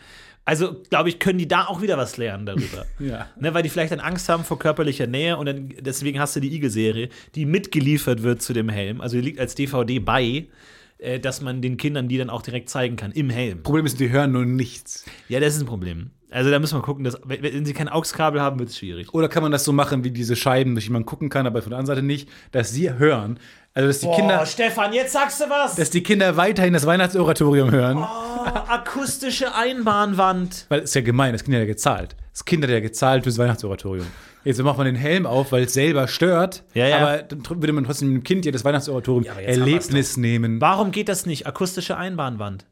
Speaker 1: Also, glaube ich, können die da auch wieder was lernen darüber.
Speaker 2: Ja.
Speaker 1: Ne, weil die vielleicht dann Angst haben vor körperlicher Nähe und dann, deswegen hast du die Igel-Serie, die mitgeliefert wird zu dem Helm. Also, die liegt als DVD bei, äh, dass man den Kindern die dann auch direkt zeigen kann im Helm.
Speaker 2: Problem ist, die hören nur nichts.
Speaker 1: Ja, das ist ein Problem. Also, da müssen wir gucken, dass, wenn, wenn sie kein AUX-Kabel haben, wird es schwierig.
Speaker 2: Oder kann man das so machen, wie diese Scheiben, durch die man gucken kann, aber von der anderen Seite nicht, dass sie hören. Also, dass die, Kinder,
Speaker 1: Oh, Stefan, jetzt sagst du was!
Speaker 2: dass die Kinder weiterhin das Weihnachtsoratorium hören.
Speaker 1: akustische Einbahnwand.
Speaker 2: Weil es ist ja gemein, das Kind hat ja gezahlt. Das Kind hat ja gezahlt fürs Weihnachtsoratorium. Jetzt macht man den Helm auf, weil es selber stört.
Speaker 1: Ja, ja.
Speaker 2: Aber dann tr- würde man trotzdem dem Kind ja das Weihnachtsoratorium
Speaker 1: aber jetzt haben
Speaker 2: Erlebnis nehmen.
Speaker 1: Warum geht das nicht? Akustische Einbahnwand.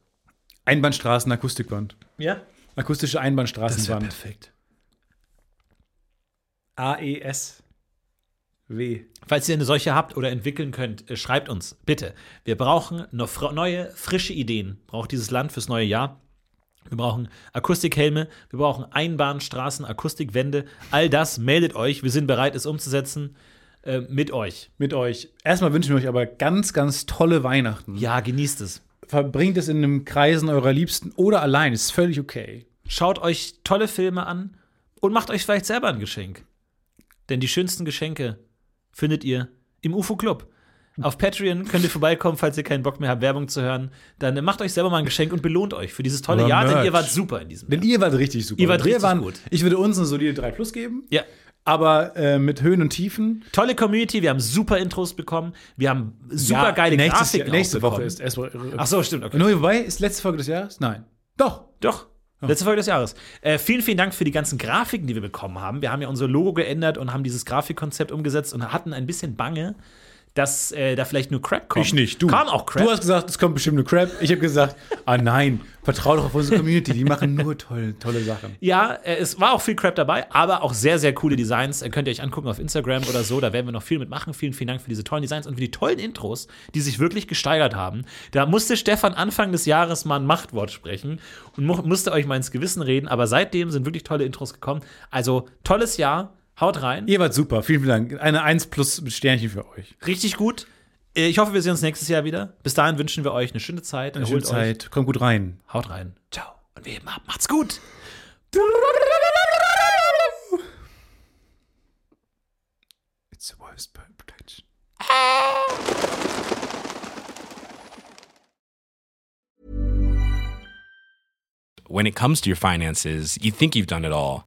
Speaker 2: Einbahnstraßen, Akustikband.
Speaker 1: Ja?
Speaker 2: Akustische Einbahnstraßenband.
Speaker 1: perfekt.
Speaker 2: E A-E-S-W.
Speaker 1: Falls ihr eine solche habt oder entwickeln könnt, äh, schreibt uns, bitte. Wir brauchen noch fr neue, frische Ideen. Braucht dieses Land fürs neue Jahr. Wir brauchen Akustikhelme, wir brauchen Einbahnstraßen, Akustikwände. All das meldet euch. Wir sind bereit, es umzusetzen äh, mit euch.
Speaker 2: Mit euch. Erstmal wünschen wir euch aber ganz, ganz tolle Weihnachten.
Speaker 1: Ja, genießt es.
Speaker 2: Verbringt es in einem Kreisen eurer Liebsten oder allein. Ist völlig okay.
Speaker 1: Schaut euch tolle Filme an und macht euch vielleicht selber ein Geschenk. Denn die schönsten Geschenke findet ihr im UFO Club. Auf Patreon könnt ihr vorbeikommen, falls ihr keinen Bock mehr habt, Werbung zu hören. Dann äh, macht euch selber mal ein Geschenk und belohnt euch für dieses tolle
Speaker 2: Oder
Speaker 1: Jahr, denn
Speaker 2: Merch.
Speaker 1: ihr wart super in diesem
Speaker 2: Denn ihr wart richtig super.
Speaker 1: Ihr wart
Speaker 2: wir
Speaker 1: richtig
Speaker 2: waren,
Speaker 1: gut.
Speaker 2: Ich würde uns eine solide 3 Plus geben,
Speaker 1: Jahr. Ja.
Speaker 2: aber äh, mit Höhen und Tiefen.
Speaker 1: Tolle Community, wir haben super Intros bekommen, wir haben super geile
Speaker 2: nächstes,
Speaker 1: Grafiken.
Speaker 2: Nächste
Speaker 1: auch
Speaker 2: Woche
Speaker 1: bekommen.
Speaker 2: ist erst.
Speaker 1: Ach so, stimmt, okay.
Speaker 2: Neu vorbei? Ist letzte Folge des Jahres? Nein. Doch.
Speaker 1: Doch. Letzte Folge des Jahres. Äh, vielen, vielen Dank für die ganzen Grafiken, die wir bekommen haben. Wir haben ja unser Logo geändert und haben dieses Grafikkonzept umgesetzt und hatten ein bisschen Bange, dass äh, da vielleicht nur Crap kommt. Kam auch Crap.
Speaker 2: Du hast gesagt, es kommt bestimmt nur Crap. Ich habe gesagt, ah nein, vertrau doch auf unsere Community. Die machen nur tolle, tolle Sachen.
Speaker 1: ja, äh, es war auch viel Crap dabei, aber auch sehr, sehr coole Designs. Äh, könnt ihr euch angucken auf Instagram oder so. Da werden wir noch viel mitmachen. Vielen, vielen Dank für diese tollen Designs und für die tollen Intros, die sich wirklich gesteigert haben. Da musste Stefan Anfang des Jahres mal ein Machtwort sprechen und mu musste euch mal ins Gewissen reden. Aber seitdem sind wirklich tolle Intros gekommen. Also tolles Jahr.
Speaker 3: Haut rein.
Speaker 2: Ihr wart super, vielen Dank. Eine 1 plus Sternchen für euch.
Speaker 3: Richtig gut. Äh, Ich hoffe, wir sehen uns nächstes Jahr wieder. Bis dahin wünschen wir euch eine schöne Zeit.
Speaker 2: Eine schöne
Speaker 3: Erholt
Speaker 2: Zeit. Kommt gut rein.
Speaker 3: Euch. Haut rein. Ciao. Und wir heben ab. Macht's gut.
Speaker 2: It's the worst bird protection.
Speaker 4: when it comes to your finances, you think you've done it all.